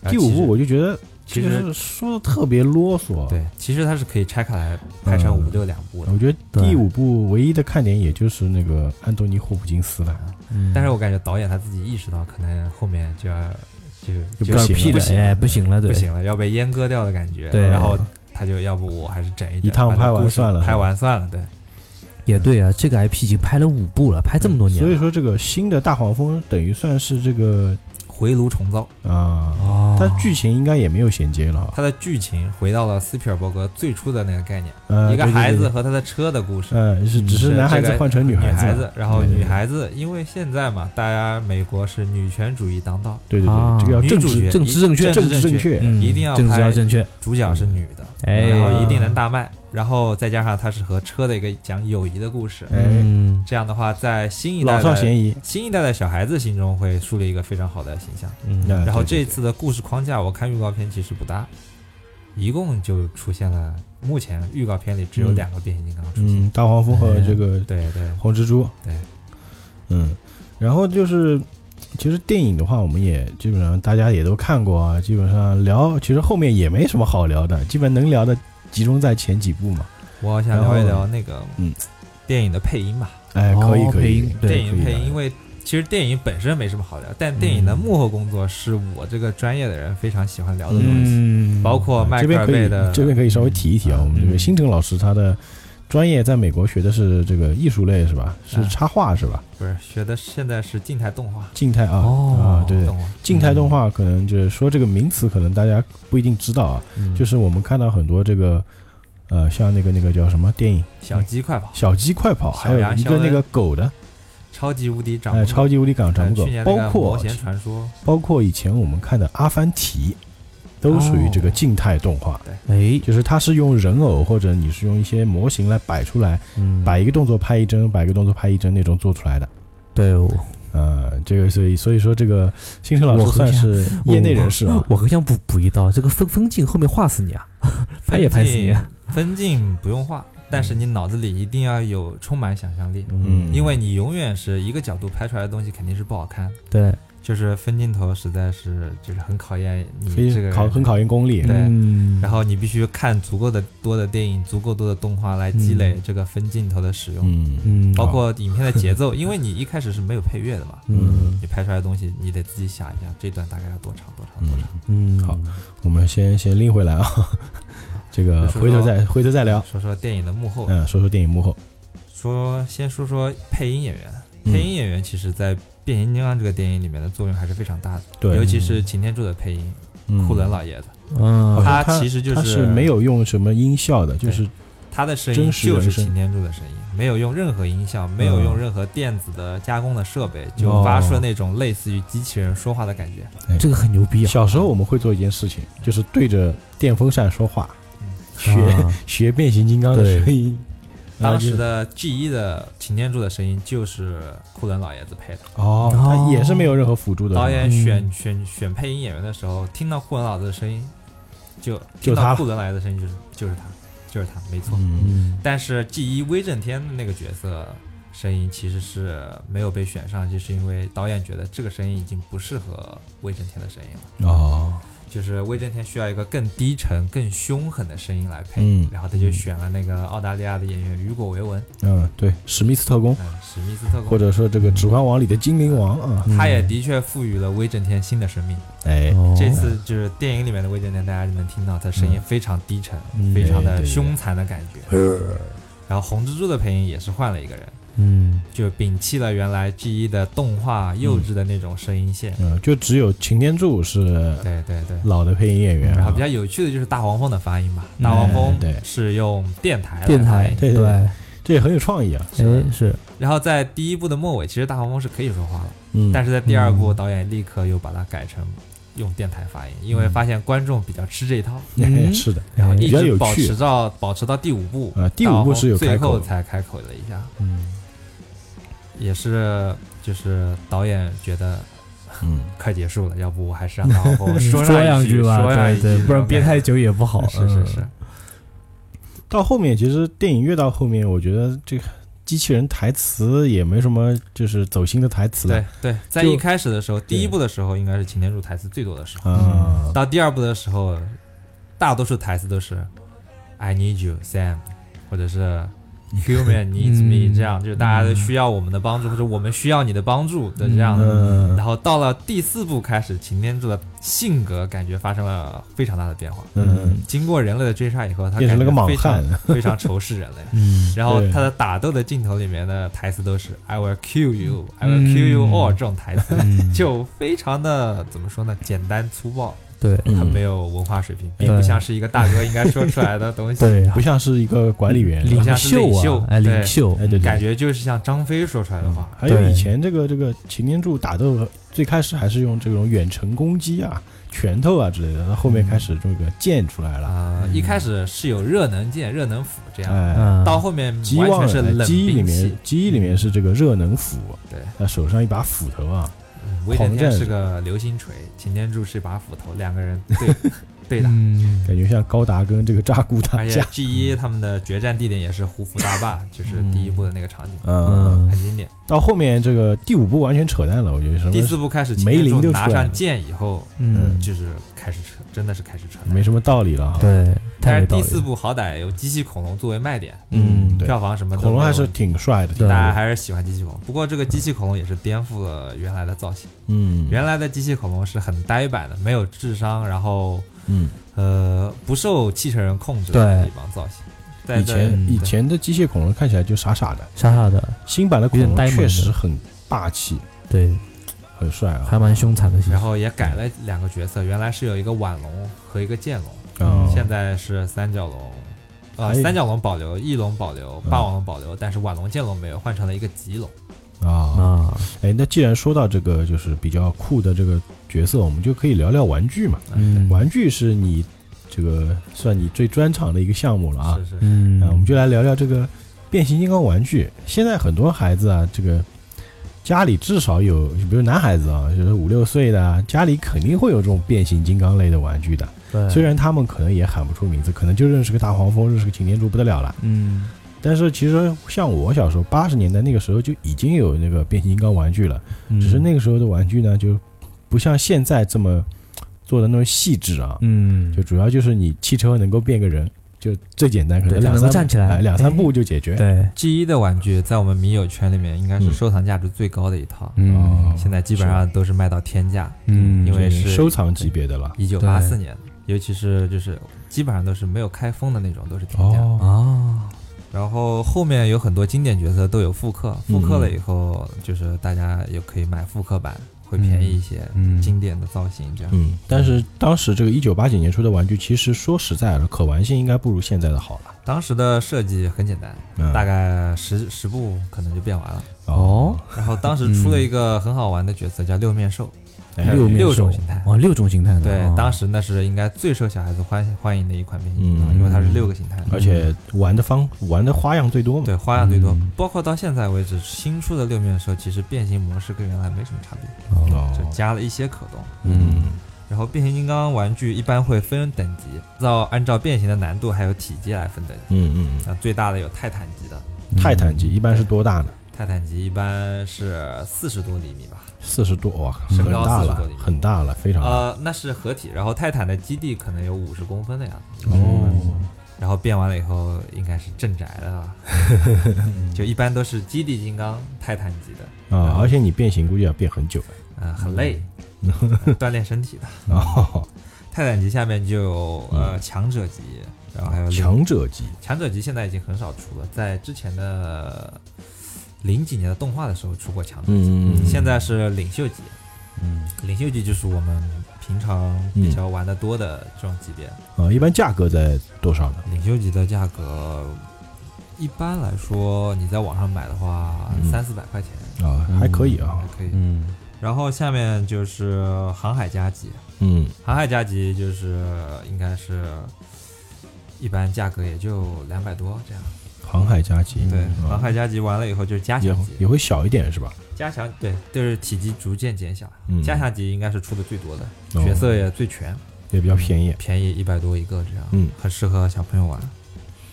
D: 然
B: 第五
D: 后啊其实
B: 部我就觉得
D: 其
B: 这
D: 实
B: 个是说的特别啰嗦。，
D: 对，其实它是可以拆开来拍成
B: 嗯
D: 五六两部的，
B: 我觉得第五部唯一的看点也就是那个安东尼·霍普金斯了。
C: 嗯，
D: 但是我感觉导演他自己意识到，可能后面就要就
B: 就
D: 就
B: 不
C: 嗝
B: 行
C: 屁
B: 了
D: 不
C: 了，
D: 行
C: 哎，不行了，对，
D: 不行了，要被阉割掉的感觉。
C: 对
D: 然后他就要不我还是整一整
B: 一趟
D: 把这
B: 拍完
D: 故事
B: 算了
D: 拍完算了，对，
C: 也对啊，这个 IP 已经拍了五部了，拍这么多年了，
B: 所以说这个新的大黄蜂等于算是这个
D: 回炉重造，
B: 啊，
C: 哦，
B: 它剧情应该也没有衔接了啊。
D: 它的剧情回到了斯皮尔伯格最初的那个概念，
B: 呃，
D: 一个
B: 对
D: 孩，
B: 对
D: 子
B: 对
D: 和他的车的故事。
B: 嗯，是只
D: 是
B: 是男孩子
D: 这个
B: 换成女
D: 女
B: 孩子
D: 子
B: 了，，
D: 然后
B: 对对
D: 女
B: 对
D: 孩子，因为现在嘛，大家美国是女权主义当道，
B: 对对
C: 啊
B: 对，这个要
D: 女
B: 政
D: 主
B: 治
D: 角
C: 正
D: 一
C: 知正确
B: 政治正确，
C: 嗯
D: 一定要
C: 政治要
D: 拍
C: 正确，
D: 主角是女的，
C: 哎
D: 然后一定能大卖，然后再加上它是和车的一个讲友谊的故事，
B: 哎，
C: 嗯，
D: 这样的话，在新一代
B: 老少
D: 的
B: 咸宜。
D: 新一代的小孩子心中会树立一个非常好的形象。
C: 嗯，
B: 哎
D: 然后
B: 对
D: 这次的故事框架，我看预告片其实不大，一共就出现了，目前预告片里只有
B: 嗯
D: 两个变形金刚出现。
B: 嗯，大黄蜂和这个
D: 对对，
B: 红蜘蛛，
D: 对，
B: 嗯，然后就是，其实电影的话，我们也基本上大家也都看过啊，基本上聊，其实后面也没什么好聊的，基本能聊的集中在前几部嘛。
D: 我想聊一聊那个
B: 嗯
D: 电影的配音吧。
B: 哎，
C: 哦
B: 可以可
C: 配
B: 以
C: 音，对
D: 电影
B: 可以
D: 配
B: 的
D: 音，因为其实电影本身没什么好聊，但电影的幕后工作是我这个专业的人非常喜欢聊的东西，
C: 嗯，
D: 包括
B: 啊
D: 迈
B: 这
D: 克
B: 边
D: 尔
B: 可以
D: 贝的
B: 这边可以稍微提一提啊，
D: 嗯
B: 我们这个新城老师他的专业在美国学的是这个艺术类是吧？是
D: 啊
B: 插画是吧？
D: 不是学的现在是静态动画
B: 静态啊
C: 哦
B: 啊，对对
D: 动画，
B: 静态动画可能就是说这个名词，可能大家不一定知道啊。就是是我们看到很多这个，呃，像那个那个叫什么电影《
D: 小鸡快跑，
B: 小鸡快跑》，
D: 小
B: 还有
D: 羊
B: 一
D: 肖
B: 个那
D: 恩
B: 个狗的，
D: 超级无敌长
B: 哎，
D: 不
B: 超
D: 够
B: 级无敌港
D: 呃
B: 长不狗
D: 去年，那
B: 包
D: 个
B: 括
D: 魔弦传说，
B: 包括以前我们看的《阿凡提》，都属于这个静态动画，
C: 哎，
B: 就是它是用人偶或者你是用一些模型来摆出来，
C: 嗯，
B: 摆一个动作拍一帧，摆一个动作拍一帧那种做出来的。
C: 对我，
B: 呃，这个所以所以说这个新城老
C: 我
B: 师
C: 很
B: 算
C: 想
B: 是业内人士啊，
C: 我很想补补一刀，这个分分镜后面画死你 啊，拍也拍死你啊，
D: 分镜不用画，但是你脑子里一定要有充满想象力，
B: 嗯，
D: 因为你永远是一个角度拍出来的东西肯定是不好看。
C: 对，
D: 就是分镜头实在是就是很考验
B: 非
D: 你这个
B: 考很
D: 人
B: 考验功力，
D: 对
C: 嗯
D: 然后你必须看足够的多的电影，足够多的动画来积累
C: 嗯
D: 这个分镜头的使用，
B: 嗯
C: 嗯，
D: 包括影片的 节奏，因为你一开始是没有配乐的嘛，
C: 嗯
D: 你拍出来的东西你得自己想一下，这段大概要多长多长多
B: 嗯
D: 长。。
C: 嗯，
B: 好，我们先先拎回来啊， 这个回头再回头再聊。
D: 说说电影的幕后，
B: 嗯，说说电影幕后，
D: 说先说说配音演员，
B: 嗯
D: 配音演员其实在《变形金刚》这个电影里面的作用还是非常大的，
B: 对，
D: 尤其是擎天柱的配音
B: 嗯
D: 库伦老爷子，
C: 嗯，
B: 好像他
D: 他其实就
B: 他是没有用什么音效的，就是
D: 他的声音
B: 真实人嗯
D: 就是
B: 声
D: 擎天柱的声音，没有用任何音效，没有用任何电子的加工的设
B: 哦
D: 备，就发出了那种类似于机器人说话的感觉。
C: 这个很牛逼啊，
B: 小时候我们会做一件事情，就是对着电风扇说话
D: 嗯，
B: 学
C: 啊
B: 学变形金刚的声音。啊
D: 当时的 G 一的擎天柱的声音就是库伦老爷子配的。
B: 哦，他也是没有任何辅助的，
D: 导
C: 嗯
D: 演选选选配音演员的时候，听到库伦老师的声音，就听
B: 他
D: 到库伦老师的声音就是就是他，就是他，没错。
B: 嗯，
C: 嗯，
D: 但是 G 一威震天的那个角色声音其实是没有被选上，就是因为导演觉得这个声音已经不适合威震天的声音了，
C: 嗯
B: 哦，
D: 就是威震天需要一个更低沉、更凶狠的声音来配，
B: 嗯
D: 然后他就选了那个澳大利亚的演员雨果·维文，
B: 嗯，对，史密斯特工，
D: 嗯，史密斯特
B: 或
D: 工，
B: 者说这个《指环王》里的精灵王啊，
D: 他也的确赋予了威震天新的生命。
B: 哎，
C: 哦
D: 这次就是电影里面的魏震天，大家就能听到他声音非常低沉，
B: 嗯
D: 非常
B: 对对呃
D: 的
B: 对
D: 凶残的感觉。然后红蜘蛛的配音也是换了一个人，
C: 嗯，
D: 就摒弃了原来 G 一的动画幼稚的那种声音线。
B: 嗯，就只有擎天柱是
D: 对对对。
B: 老的配音演员啊，
D: 然嗯后比较有趣的就是大黄蜂的发音吧，
B: 嗯
D: 大黄蜂
B: 对
D: 是用电台来
C: 电台
D: 发音
B: 对对这也很有创意啊，
C: 哎是，
D: 然后在第一部的末尾，其实大黄蜂是可以说话了，
B: 嗯，
D: 但
B: 是
D: 是在第二部导演立刻又把它改成用电台发音，因为发现观众比较吃这一套。
C: 嗯
B: 是的，
D: 然后
B: 哎比
D: 一
B: 较有
D: 直保
B: 趣
D: 持到保持到第五部，
B: 啊，第五部是有开
D: 最
B: 口
D: 嗯后
B: 的，
D: 才开口了一下，
B: 嗯
D: 也是就是导演觉得
B: 嗯，
D: 快结束了，要不我还是让大黄 蜂
C: 嗯
D: 说
C: 说
D: 上
C: 两
D: 一句
C: 吧，
D: 说上
C: 对
D: 一
C: 对，
D: 句
C: 不然憋太
D: 这
C: 久也不好嗯
D: 种。感觉是是是，
B: 到后面其实电影越到后面，我觉得这个机器人台词也没什么，就是走心的台词了
D: 对对，在
B: 就
D: 一开始的时候，第一部的时候应该是擎天柱台词最多的时候，
B: 啊，
D: 到第二部的时候，大多数台词都是 “I need you, Sam”，或 者是 “Human needs me”，
C: 嗯
D: 这样就是大家都需要我们的帮助，或者我们需要你的帮助的这样的。
B: 嗯
D: 然后到了第四部开始，擎天柱的性格感觉发生了非常大的变化。
B: 嗯，
D: 经过人类的追杀以后，他
B: 变成了个莽汉
D: 感觉非常非常仇视人类。
C: 嗯，
D: 然后
B: 对
D: 他的打斗的镜头里面的台词都是 "I will kill you, I will kill you
B: 嗯
D: all" 这种台词， 就非常的怎么说呢？简单粗暴，
C: 对
D: 很没有文化水平，并
C: 对
D: 不像是一个大哥应该说出来的东西。
C: 对，
B: 不像是一个管理员，
D: 领
C: 领
D: 袖啊
C: 袖啊，哎，
D: 对
C: 领袖，
B: 哎对对
D: 感觉就是像张飞说出来的话。
B: 还有
C: 对
B: 以前这个这个擎天柱打斗，最开始还是用这种远程攻击啊、拳头啊之类的，到后面开始这个剑出来了，
D: 啊、一开始是有热能剑、热能斧这样，
B: 嗯哎，
C: 嗯，
D: 到后面
B: 机
D: 完
B: 忘
D: 全是
B: 了，哎
D: 冷
B: 机里
D: 兵器
B: 面。机里面是这个热能斧，
D: 对，
B: 他手上一把斧头啊，
D: 嗯威
B: 狂
D: 震天
B: 战
D: 是个流星锤，擎天柱是一把斧头，两个人对 对打。
C: 嗯，
B: 感觉像高达跟这个扎古打
D: 而且
B: 架，
D: G 一他们的决战地点也是胡服 大坝，就是第一部的那个场景，
B: 嗯，
D: 很经典。
B: 到后面这个第五部完全扯淡了，我觉得什么
D: 第四部开始，
B: 嗯梅林
D: 擎天柱
B: 就出来
D: 拿
B: 了
D: 上剑以后，
C: 嗯
D: 就是开始扯，真的是开始扯淡。
B: 没什么道理了哈。，
C: 对，太没
D: 但是
C: 道理
D: 第
C: 了
D: 四部好歹有机器恐龙作为卖点，
B: 嗯，对，
D: 票房什么都
B: 恐龙还
D: 没有
B: 是
D: 问题
B: 挺帅的，
C: 对
D: 大家还是喜欢机器恐龙。不过这个机器恐龙也是颠覆了原来的造型，
B: 嗯，
D: 原来的机器恐龙是很呆板的，没有智商，然后
B: 嗯，
D: 呃不受汽车人控制的
C: 对
D: 一帮造型。在
B: 以
D: 在
B: 前
C: 嗯
B: 以前的机械恐龙看起来就傻傻的，
C: 傻傻的，
B: 新版的恐
C: 有
B: 龙
C: 点呆萌
B: 确
C: 的
B: 实很霸气，
C: 对，
B: 很帅啊。
C: 还蛮凶残的。其实
D: 然后也改了两个角色，原来是有一个腕龙和一个剑龙，
B: 啊，
D: 现在是三角龙，呃，
B: 还有
D: 三角龙保留，翼龙保留，
B: 嗯
D: 霸王龙保留，但是腕龙、剑龙没有，换成了一个棘龙。
B: 啊，
C: 啊，
B: 哎，那既然说到这个就是比较酷的这个角色，我们就可以聊聊玩具嘛。
C: 嗯，
B: 玩具是你这个算你最专长的一个项目了啊。
D: 是是，
C: 嗯，
B: 啊，我们就来聊聊这个变形金刚玩具。现在很多孩子啊，这个家里至少有，比如男孩子啊，就是五六岁的啊，家里肯定会有这种变形金刚类的玩具的。
C: 对，
B: 虽然他们可能也喊不出名字，可能就认识个大黄蜂，认识个擎天柱，不得了了。
C: 嗯，
B: 但是其实像我小时候，八十年代那个时候就已经有那个变形金刚玩具了，只是那个时候的玩具呢，就不像现在这么做的那么细致啊。
C: 嗯，
B: 就主要就是你汽车能够变个人，就最简单，可
C: 对
B: 能
C: 它
B: 两
C: 能
B: 三
C: 够站起来
B: 哎两三步就解决。
C: 对，
D: G 一的玩具在我们迷友圈里面应该是
B: 嗯
D: 收藏价值最高的一套，
B: 哦
D: 现在基本上都是卖到天价，
C: 嗯
D: 嗯因为
B: 是
D: 是
B: 收藏级别的了。
D: 一九八四年的，尤其是就是基本上都是没有开封的那种，都是天价。
B: 哦
C: 啊，
D: 然后后面有很多经典角色都有复刻，复刻
B: 嗯
D: 了以后就是大家也可以买复刻版，会便宜一些，
C: 嗯
D: 经典的造型这样。
B: 嗯，但是当时这个一九八九年出的玩具，其实说实在的，可玩性应该不如现在的好了。
D: 当时的设计很简单，
B: 嗯
D: 大概十十步可能就变完了。
B: 哦，
D: 然后当时出了一个很好玩的角色叫六面兽，
B: 哎
C: 六面
D: 六
C: 兽
D: 种形态
C: 哇，六种形态的。
B: 嗯
D: 对
C: 哦，
D: 当时那是应该最受小孩子欢欢迎的一款变形金
B: 嗯
D: 刚，因为它是六个形态的，
B: 而且玩的方玩的花样最多嘛。
D: 对花样最多
C: 嗯，
D: 包括到现在为止新出的六面兽，其实变形模式跟原来没什么差别，
B: 哦，
D: 就加了一些可动。
B: 嗯，
D: 然后变形金刚玩具一般会分等级，照按照变形的难度还有体积来分等级。
B: 嗯嗯
D: 那最大的有泰坦级的，
B: 嗯，泰坦级一般是多大呢？
D: 泰坦级一般是四十多厘米吧，
B: 四十多哇，
D: 身
B: 很
D: 高
B: 大
D: 40多
B: 了
D: 厘，米
B: 很大了，非常大。
D: 呃，那是合体，然后泰坦的基地可能有五十公分的样子。
B: 哦，
D: 然后变完了以后应该是镇宅的 吧，就一般都是基地金刚、泰坦级的，
B: 啊，而且你变形估计要变很久
D: 嗯、很累， 锻炼身体的。
B: 啊。哦
D: 泰坦级下面就有呃强者级，然后还有
B: 嗯
D: 领
B: 强者级
D: 强者级现在已经很少出了，在之前的零几年的动画的时候出过强者级，
B: 嗯嗯嗯
D: 现在是领袖级，
C: 嗯，
D: 领袖级就是我们平常比较玩的多的这种级别。
B: 啊，一般价格在多少呢？
D: 领袖级的价格一般来说你在网上买的话
B: 嗯
D: 三四百块钱
B: 啊，还可以啊
D: 还。可以，
C: 嗯，
D: 然后下面就是航海加级，
B: 嗯，
D: 航海加级就是应该是一般价格也就两百多这样。
B: 航海加级
D: 对，
B: 啊
D: 航海加级完了以后就是加
B: 也
D: 强
B: 会
D: 级，
B: 也会小一点是吧？
D: 加强对，就是体积逐渐减小
B: 嗯。
D: 加强级应该是出的最多的，
B: 哦
D: 角色也最全，
B: 也比较便宜。
D: 便宜一百多一个这样，
B: 嗯，
D: 很适合小朋友玩。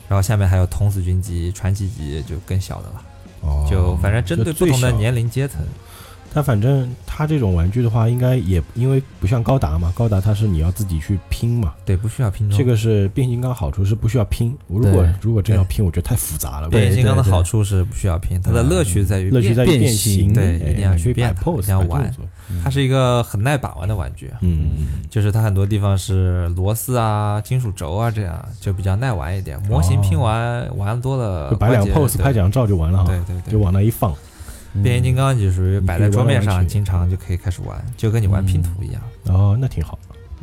D: 然后下面还有童子军级、传奇级就更小的了，
B: 哦，
D: 嗯就反正针对不同的
B: 就最小
D: 年龄阶层，
B: 它反正它这种玩具的话，应该也因为不像高达嘛，高达它是你要自己去拼嘛。
D: 对，不需要拼装。
B: 这个是变形金刚好处是不需要拼，我如果
C: 对
B: 如果真要拼，我觉得太复杂了。
D: 变形金刚的
C: 对对
D: 好处是不需要拼，它的乐趣在于
B: 嗯乐趣在于
C: 变
B: 变
C: 形
D: 对
B: 哎
D: 一定要去
B: 去摆
D: 变它
B: pose，嗯
D: 一定要
B: 摆
D: 玩
B: 动作
D: 它是一个很耐把玩的玩具，
B: 嗯，
D: 就是它很多地方是螺丝啊、金属轴啊这样，就比较耐玩一点。模型拼完、玩多了，
B: 哦就摆两
D: 呃
B: 啊
D: 关节
B: pose 拍几张照就完了
D: 对
B: 哈，
D: 对
B: 就
D: 对。
B: 往那一放。
D: 变
C: 嗯
D: 形金刚就属于摆在桌
B: 你
D: 面
B: 可以玩来
D: 上，
B: 玩去
D: 经常就可以开始玩，就跟你玩拼图一样。
B: 哦，那挺好。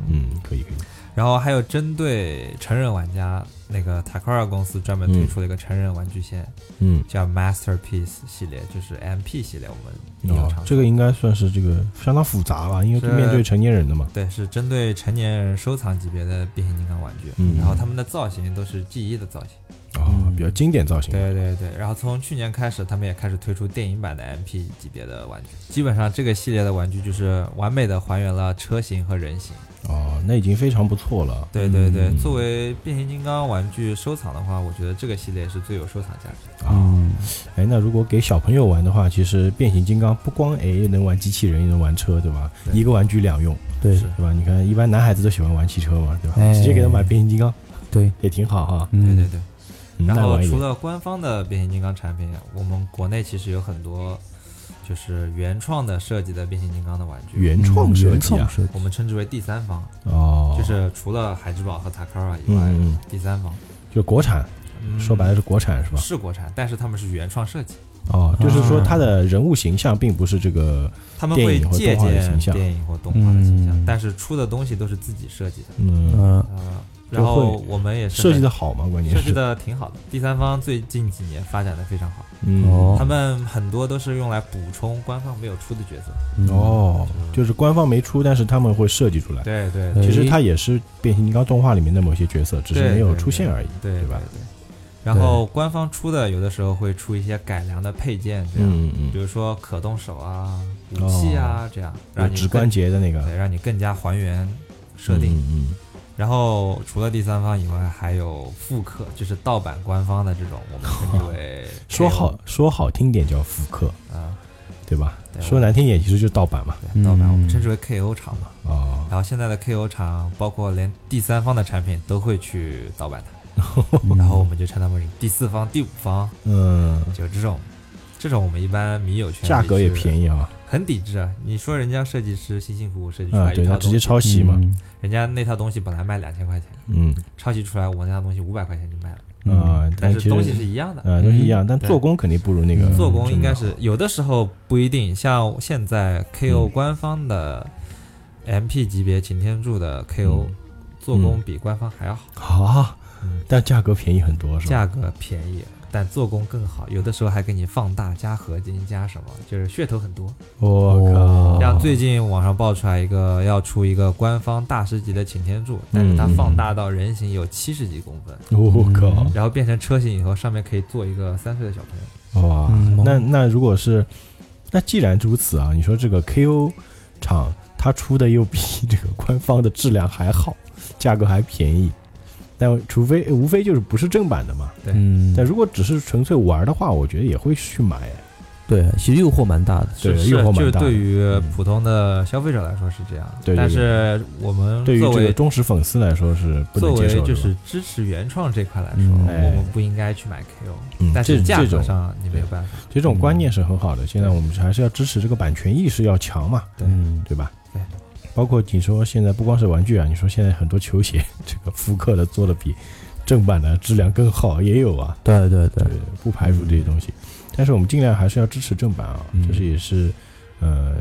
B: 嗯，可以可以。
D: 然后还有针对成人玩家，那个 Takara 公司专门推出了一个成人玩具线，
B: 嗯，
D: 叫 Masterpiece 系列，就是 MP 系列，我们也有
B: 哦
D: 尝试。，
B: 这个应该算是这个相当复杂吧，因为
D: 是
B: 面对成年人的嘛。
D: 对，是针对成年人收藏级别的变形金刚玩具，
B: 嗯
D: 然后他们的造型都是 G 一的造型。
B: 哦，比较经典造型。
D: 对对对，然后从去年开始，他们也开始推出电影版的 MP 级别的玩具。基本上这个系列的玩具就是完美的还原了车型和人形。
B: 哦，那已经非常不错了。
D: 对对
B: 嗯
D: 对，作为变形金刚玩具收藏的话，我觉得这个系列是最有收藏价值的。
B: 啊，
C: 嗯
B: 哎，那如果给小朋友玩的话，其实变形金刚不光哎能玩机器人，也能玩车，对吧？
D: 对
B: 一个玩具两用，
C: 对
D: 是
B: 对吧？你看，一般男孩子都喜欢玩汽车嘛，对吧？
C: 哎
B: 直接给他买变形金刚
C: 对，
B: 也挺好哈。
D: 对
C: 嗯
D: 对对。
B: 嗯
D: 然
B: 耐
D: 后
B: 玩一
D: 除
B: 点。
D: 了官方的变形金刚产品，我们国内其实有很多就是原创的设计的变形金刚的玩具，
B: 原创设计
C: 原创，
B: 啊
C: 设计
D: 我们称之为第三方。
B: 哦，
D: 就是除了海之宝和塔卡拉以外，
B: 嗯嗯，
D: 第三方、
B: 就是国产，
D: 嗯
B: 说白了是国产是吧？
D: 是国产，但是他们是原创设计，
B: 哦，就是
D: 啊
B: 说它的人物形象并不是这个，
D: 他们会借
B: 电影或动画的形
D: 鉴
B: 象
D: 电影或动画的形象，
C: 嗯
D: 但是出的东西都是自己设计的。
B: 嗯，
C: 嗯，
D: 呃，
B: 就
D: 然后
B: 会
D: 我们也是
B: 设计
D: 很
B: 的好嘛，关键
D: 设计
B: 是，
D: 的挺好的，第三方最近几年发展的非常好，
B: 嗯，
C: 哦
D: 他们很多都是用来补充官方没有出的角色。
B: 哦，就是官方没出，但是他们会设计出来。
D: 对对
C: 对
D: 对
B: 其实它也是变形金刚动画里面的某些角色，只是
D: 对
B: 没有
D: 对
B: 出现而已，
D: 对
B: 吧？？
D: 对然后官方出的有的时候会出一些改良的配件，这样，
B: 嗯
D: 比
B: 嗯
D: 如说可动手啊、武器啊、这样，
B: 嗯，有
D: 让你
B: 指
D: 更
B: 关节的那个
D: 对，让你更加还原设定。
B: 嗯
D: 然后除了第三方以外，还有复刻，就是盗版官方的这种，我们称之为
B: 嗯，说
D: KO
B: 好说好听点叫复刻，
D: 啊，
B: 对吧？
D: 对
B: 说难听点其实就是盗版嘛。
D: 对盗版
C: 嗯
D: 我们称之为 KO 厂嘛。
B: 哦，
D: 然后现在的 KO 厂，包括连第三方的产品都会去盗版 它，然后我们就称他们是第四方、第五方，
B: 嗯，
D: 就这种。这种我们一般米友圈
B: 价格也便
D: 宜，
B: 宜啊，
D: 很抵制啊！你说人家设计师辛辛苦苦设计出
B: 啊
D: 来，一
B: 对，
D: 套
B: 它
D: 东西，
B: 直接抄袭嘛。
C: 嗯
D: 人家那套东西本来卖两千块钱，
B: 嗯
D: 抄袭出来我那套东西五百块钱就卖了，
B: 啊，
D: 嗯但是
B: 其
D: 东西
B: 实
D: 是一样的。
B: 啊都是一样，但
D: 对嗯
B: 做工肯定不如那个
D: 做工应该
B: 真
D: 是
B: 的
D: 有的时候不一定，像现在
B: 嗯
D: KO 官方的 MP 级别擎天柱的 KO
B: 嗯
D: 做工比官方还要好，
B: 好啊
D: 嗯，
B: 但价格便宜很多是吧？
D: 价格便宜，但做工更好，有的时候还给你放大加合金加什么，就是噱头很多。
B: 我靠，
D: 像最近网上爆出来一个要出一个官方大师级的擎天柱，但
B: 嗯
D: 是它放大到人形有七十几公分，
B: 我靠，
D: 然后变成车型以后，上面可以坐一个三岁的小朋友。
B: 哇，
C: 嗯
B: 那那如果是，那既然如此啊，你说这个 KO 厂它出的又比 这个官方的质量还好，价格还便宜，但除非无非就是不是正版的嘛。
D: 对
C: 嗯，
B: 但如果只是纯粹玩的话，我觉得也会去买。
C: 对，其实诱惑蛮大的。
B: 对
D: 是
B: 诱惑蛮
D: 就是
B: 大的嗯
D: 对于普通的消费者来说是这样，
B: 对对对
D: 但是我们
B: 对于
D: 嗯作
B: 这个
D: 为
B: 忠实粉丝来说是不
D: 作
B: 能接
D: 为
B: 受的。
D: 就是支持原创这块来说，
C: 嗯
B: 哎
D: 我们不应该去买 KO，、
B: 嗯
D: 但
B: 这
D: 是价
B: 这
D: 格
B: 种
D: 上嗯你没有办法。
B: 这种观念是很好的。现在我们还是要支持这个版权意识要强嘛，
D: 对
C: 嗯，
B: 对吧？
D: 对。
B: 包括你说现在不光是玩具啊，你说现在很多球鞋， 这个复刻的做的比正版的质量更好，也有啊。
C: 对对对
B: 对，，不排除这些东西，但是我们尽量还是要支持正版啊，
C: 嗯
B: 这是也是，呃，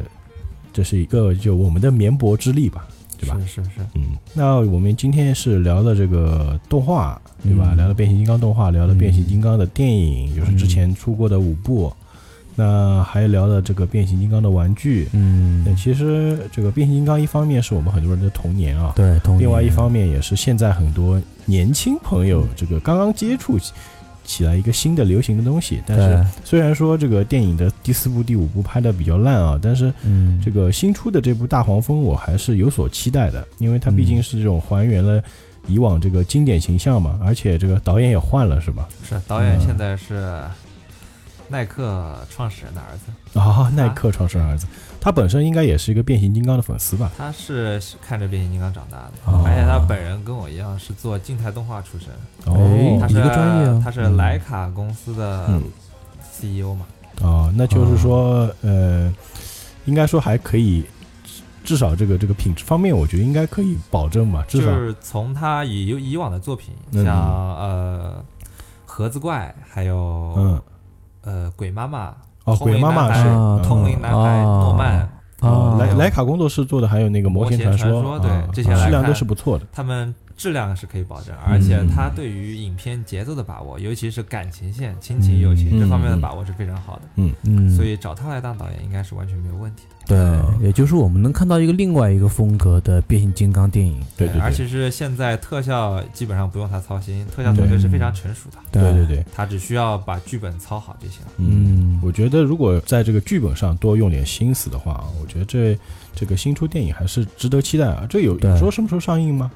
B: 这是一个就我们的绵薄之力吧，对吧？
D: 是是是，
B: 嗯，那我们今天是聊了这个动画，对吧？
C: 嗯
B: 聊了变形金刚动画，聊了变形金刚的电影，就是之前出过的五部，那还聊了这个变形金刚的玩具。
C: 嗯
B: 那，其实这个变形金刚一方面是我们很多人的童年啊，
C: 对，同意
B: 另外一方面也是现在很多年轻朋友这个刚刚接触起起来一个新的流行的东西。但是
C: 对
B: 虽然说这个电影的第四部、第五部拍的比较烂啊，但是
C: 嗯，
B: 这个新出的这部《大黄蜂》我还是有所期待的，因为它毕
C: 嗯
B: 竟是这种还原了以往这个经典形象嘛，而且这个导演也换了是吧？
D: 是导演
B: 嗯
D: 现在是耐克创始人的儿子，
B: 啊，耐克创始人儿子，他本身应该也是一个变形金刚的粉丝吧？
D: 他是看着变形金刚长大的，
B: 哦
D: 而且他本人跟我一样是做静态动画出身，
B: 哦，
D: 他
C: 哎
D: 是
C: 一个专业啊
D: 他是莱卡公司的
B: 嗯
D: CEO 嘛，
B: 哦，那就是说，呃，应该说还可以，至少这个这个品质方面，我觉得应该可以保证吧，
D: 就
B: 至少
D: 是从他以以往的作品，
B: 嗯
D: 像呃盒子怪，还有
B: 嗯，
D: 呃鬼妈妈，
B: 哦，
D: 通灵
B: 鬼妈妈
D: 男孩
B: 是。嗯
C: 啊
D: 通灵男孩
C: 啊
D: 诺曼，
C: 啊，
B: 哦莱
D: 还有
B: 莱卡工作室做的，还有那个《魔
D: 魔
B: 仙
D: 仙传
B: 说
D: 说》对
B: 啊
D: 这些
B: 啊
D: 来
B: 质量
D: 看
B: 都是不错的。
D: 他们质量是可以保证，而且
B: 嗯
D: 他对于影片节奏的把握，尤其是感情线、亲情、友情
B: 嗯
D: 这方面的把握是非常好的。
C: 嗯，
D: 所以找他来当导演应该是完全没有问题的，
C: 对，也就是我们能看到一个另外一个风格的变形金刚电影，
B: 对对
D: 而
B: 对
D: 且是现在特效基本上不用他操心，特效团队是非常成熟的，
B: 对对，对，
D: 他只需要把剧本操好就行了。
B: 嗯，
C: 嗯，
B: 我觉得如果在这个剧本上多用点心思的话啊，我觉得这这个新出电影还是值得期待啊。这有
C: 对
B: 有说什么时候上映吗？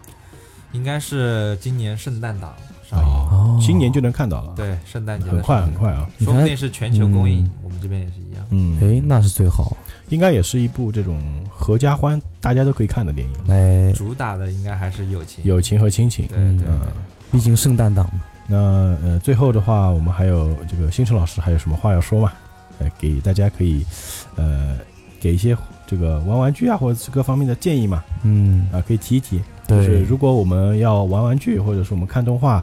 D: 应该是今年圣诞档上映，
C: 哦
B: 今年就能看到了，，
D: 对，圣诞节的
B: 很快
D: 上
B: 很
D: 映
B: 快啊。
C: 你
D: 说不
C: 看
D: 定是全球公映
C: 嗯，
D: 我们这边也是一样。
B: 嗯，
C: 哎，那是最好，
B: 应该也是一部这种合家欢，大家都可以看的电影，
C: 哎，
D: 主打的应该还是友情，
B: 友情和亲情。
D: 对对
B: 嗯
D: 对，
C: 毕竟圣诞档嘛，
B: 那呃，最后的话，我们还有这个星辰老师还有什么话要说吗？呃，给大家可以呃给一些这个玩玩具啊或者是各方面的建议嘛，
C: 嗯，
B: 啊、可以提一提。就是
C: 对，
B: 如果我们要玩玩具或者是我们看动画，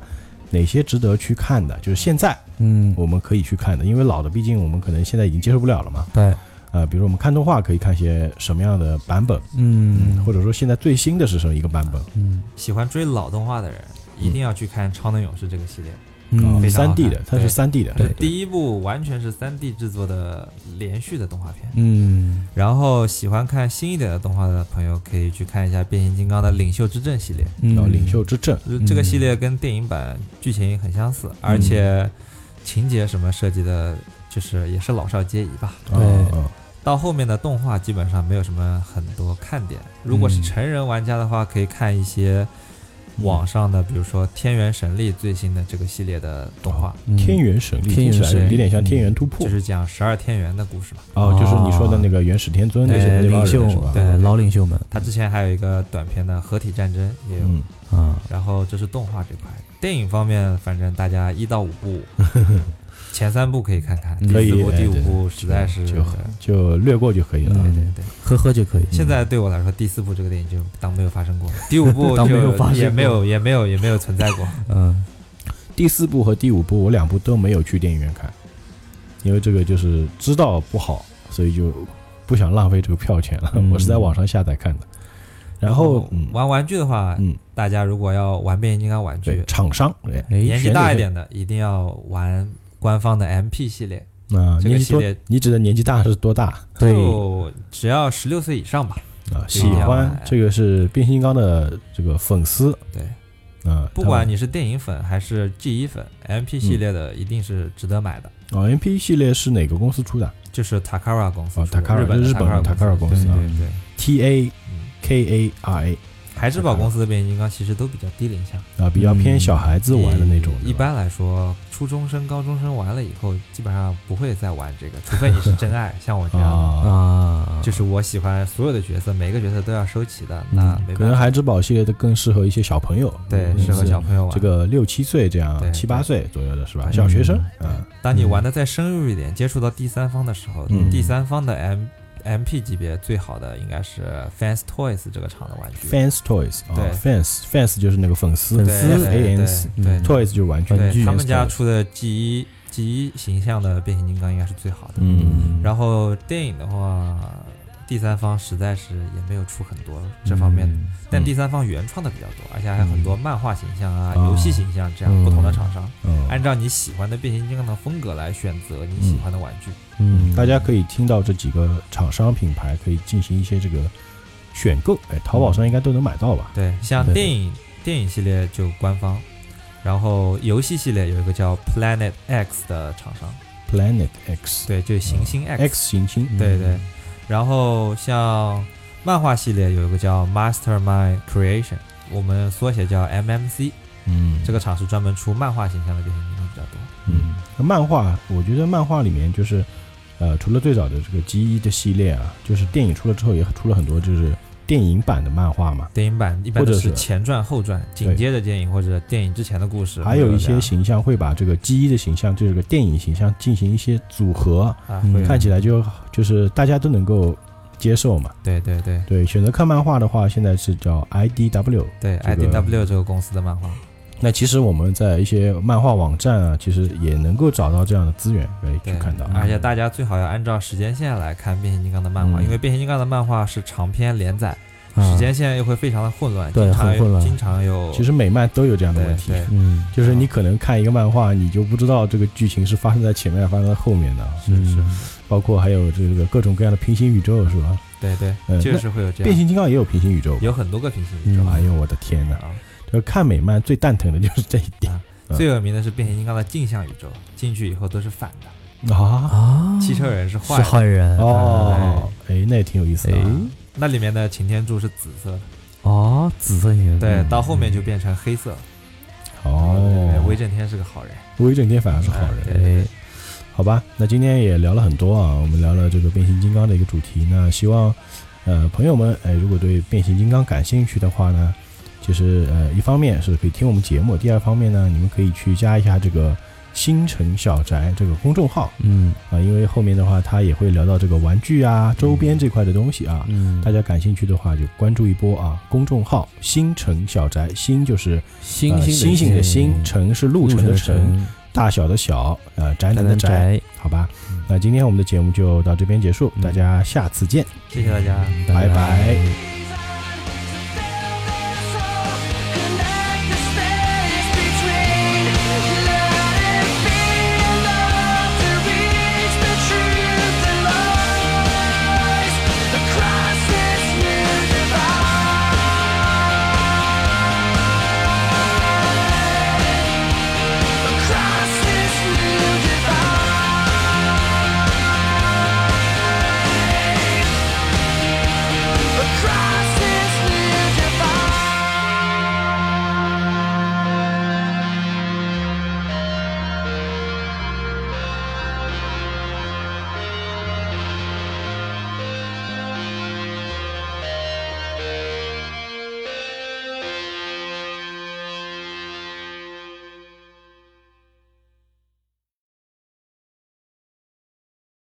B: 哪些值得去看的？就是现在
C: 嗯，
B: 我们可以去看的，因为老的毕竟我们可能现在已经接受不了了嘛。
C: 对，
B: 呃，比如我们看动画可以看些什么样的版本，
C: 嗯，
B: 或者说现在最新的是什么一个版本？
C: 嗯
D: 喜欢追老动画的人一定要去看《超能勇士》这个系列。
B: 啊
C: 嗯，
D: 非常
B: 三
D: 好
B: D
D: 看
B: 的，它是
D: 对
B: 三 D 的，
C: 对
D: 第一部完全是三 D 制作的连续的动画片。
C: 嗯，
D: 然后喜欢看新一点的动画的朋友，可以去看一下《变形金刚》的《领袖之证》系列。
B: 叫《
C: 嗯
B: 领袖，之证》。
D: 就是这个系列跟电影版剧情很相
C: 嗯
D: 似，而且情节什么设计的，就是也是老少皆宜吧。
C: 对
B: 啊
D: 到后面的动画基本上没有什么很多看点。如果是成人玩家的话，可以看一些网上的，比如说《天元神力》最新的这个系列的动画，
C: 嗯
B: 天元神力
C: 天
B: 听
C: 元
B: 起来
D: 神力嗯
B: 有点像天元突破
D: 就，是讲十二天元的故事嘛。
B: 哦，就是你说的那个元始天尊那些
C: 对
B: 那
C: 领
B: 帮人
C: 袖
B: 是吧？，
C: 对哎老领袖们
D: 他之前还有一个短片的《合体战争》也有，
B: 嗯，
C: 啊，
D: 然后这是动画这块。电影方面，反正大家一到五 部，前三部可以看看，第
B: 可以
D: 四部、
B: 哎
D: 第五
B: 对
D: 部实在是
B: 就嗯就略过就可以
D: 对
B: 了。
D: 对对对。
C: 喝喝就可以，
D: 现在对我来说，第四部这个电影就当没有发生 过，第五部
C: 当
D: 就
C: 没有发生
D: 也没
C: 过
D: 有也没有也没有存在过。
C: 嗯，
B: 第四部和第五部我两部都没有去电影院看，因为这个就是知道不好，所以就不想浪费这个票钱了。
C: 嗯
B: 我是在网上下载看的。
D: 嗯
B: 然后，嗯
D: 玩玩具的话，
B: 嗯，
D: 大家如果要玩变形金刚玩
B: 对
D: 具，嗯
B: 厂商，对
C: 哎，
D: 年纪
B: 选
D: 大
B: 择
D: 一
B: 性
D: 点的一定要玩官方的 MP 系列，
B: 啊，
D: 这个
B: 年纪
D: 系
B: 多
D: 列，
B: 你指的年纪大是多大
C: 对，
D: 就只要十六岁以上吧。
B: 啊？
D: 对
B: 喜欢
D: 呀
B: 这个是变形金刚的这个粉丝
D: 对，
B: 啊，
D: 不管你是电影粉还是 G 一粉，MP 系列的一定是值得买的。
B: 他们哦，MP 系列是哪个公司出的
D: 就是 Takara 公司
B: 哦
D: 出的，
B: Takara，
D: 本
B: 日
D: 日
B: 本的
D: Takara
B: 公司
D: 对
B: 啊
D: 对对，
B: ？T A
D: 嗯，
B: K A R A
D: 孩之宝公司的变形金刚其实都比较低龄向，
B: 啊，比较偏小孩子玩的那种，
D: 嗯一
B: 是吧
D: 般来说，初中生、高中生玩了以后，基本上不会再玩这个，除非你是真爱，像我这样的。
B: 啊。
C: 啊，
D: 就是我喜欢所有的角色，每个角色都要收齐的，那没
B: 嗯可
D: 办
B: 能
D: 法，
B: 孩之宝系列的更适合一些小朋友，
D: 对，
B: 嗯
D: 适合小朋友玩。
B: 这，个六七岁这样，
D: 对
B: 七八岁左右的是吧？
D: 对嗯
B: 小学生
D: 对
B: 啊，
D: 当你玩的再深入一点，接触到第三方的时候，
B: 嗯
D: 第三方的 M M P 级别最好的应该是 Fans Toys 这个厂的玩具。
B: ，fans toys 啊
D: 对
B: ，fans fans 就是那个粉丝
C: 粉
D: 对
C: 丝
D: 对
B: A
D: 对
B: N S
D: 对
C: 嗯
B: ，toys 就是玩具，
C: 玩具
D: 对，他们家
B: Fans toys
D: 出的 G 一 G 一形象的变形金刚应该是最好的。
B: 嗯，
D: 然后电影的话，第三方实在是也没有出很多这方面的，
B: 嗯
D: 但第三方原创的比较多，而且还有很多漫画形象啊、
B: 嗯
D: 游戏形象这样
B: 嗯
D: 不同的厂商，
B: 嗯
D: 按照你喜欢的变形金刚的风格来选择你喜欢的玩具。
B: 嗯，大家可以听到这几个厂商品牌可以进行一些这个选购，哎，淘
D: 嗯
B: 宝上应该都能买到吧？
D: 对，像
B: 对
D: 电影电影系列就官方，然后游戏系列有一个叫 Planet X 的厂商，
B: Planet X，
D: 对，就是行星 X，,、
B: 哦 X 嗯行星，
D: 对对。然后像漫画系列有一个叫 Mastermind Creation，我们缩写叫 MMC，
B: 嗯，
D: 这个厂是专门出漫画形象的变形金刚比较多。
B: 嗯，那漫画，我觉得漫画里面就是，呃，除了最早的这个 G 一的系列啊，就是电影出了之后也出了很多就是电影版的漫画嘛，
D: 电影版一般
B: 或者
D: 都
B: 是
D: 是前传、后传，紧
B: 对
D: 接着电影或者电影之前的故事，
B: 还有一些
D: 或者
B: 形象会把这个 G 一的形象，就是这个电影形象进行一些组合，
D: 这样啊，
C: 嗯
D: 会有
B: 看起来就就是大家都能够接受嘛。
D: 对对对
B: 对，选择看漫画的话，现在是叫 IDW。
D: 对
B: 这个
D: ，IDW 这个公司的漫画，
B: 那其实我们在一些漫画网站啊，其实也能够找到这样的资源可以去
D: 对，
B: 看到。啊
D: 而且哎大家最好要按照时间线来看变形金刚的漫画，
B: 嗯
D: 因为变形金刚的漫画是长篇连载，
C: 啊
D: 时间线又会非常的混乱，
C: 对
D: 经常
C: 很混乱
D: 经常有
B: 其实美漫都有这样的
D: 对
B: 问题。
D: 对
C: 嗯，
B: 就是你可能看一个漫画，你就不知道这个剧情是发生在前面，发生在后面的，啊
D: 是
C: 嗯
D: 是，
B: 包括还有这个各种各样的平行宇宙，是吧？
D: 对
B: 嗯
D: 对，就是会有这
B: 变
D: 样，
B: 形金刚也有平行宇宙，
D: 有很多个平行宇宙
B: 哎呦我的天哪！
D: 啊，
B: 就看美漫最蛋疼的就是这一点嗯
D: 最有名的是变形金刚的镜像宇宙，进去以后都是反的，
B: 啊！
C: 啊，
D: 汽车人是坏
C: 是
D: 的，
C: 坏人
B: 哦，哎，那也挺有意思的啊。
D: 那里面的擎天柱是紫色
B: 嗯
D: 的，
C: 哦，紫色也
D: 对，到后面就变成黑色。对对
B: 哦
D: 威，震天是个好人，
B: 威震天反而是好
D: 哎
B: 人，
D: 对对
C: 哎，
B: 好吧？那今天也聊了很多啊，我们聊了这个变形金刚的一个主题。那希望呃朋友们，哎，如果对变形金刚感兴趣的话呢，其实呃，一方面是可以听我们节目，第二方面呢，你们可以去加一下这个“星辰小宅”这个公众号
C: 嗯
B: 啊、因为后面的话他也会聊到这个玩具啊、周边这块的东西啊。
C: 嗯，
B: 大家感兴趣的话就关注一波啊，公众号“星辰小宅”，星就是
C: 星
B: 呃
C: 星
B: 星星的星，城是路
C: 路
B: 程
C: 程
B: 的城，
C: 城，
B: 大小的小，呃，宅男
C: 宅
B: 的
C: 男
B: 宅，
C: 宅，
B: 好吧？那今天我们的节目就到这边结束，大家下次见，
D: 谢谢大家。
B: 拜拜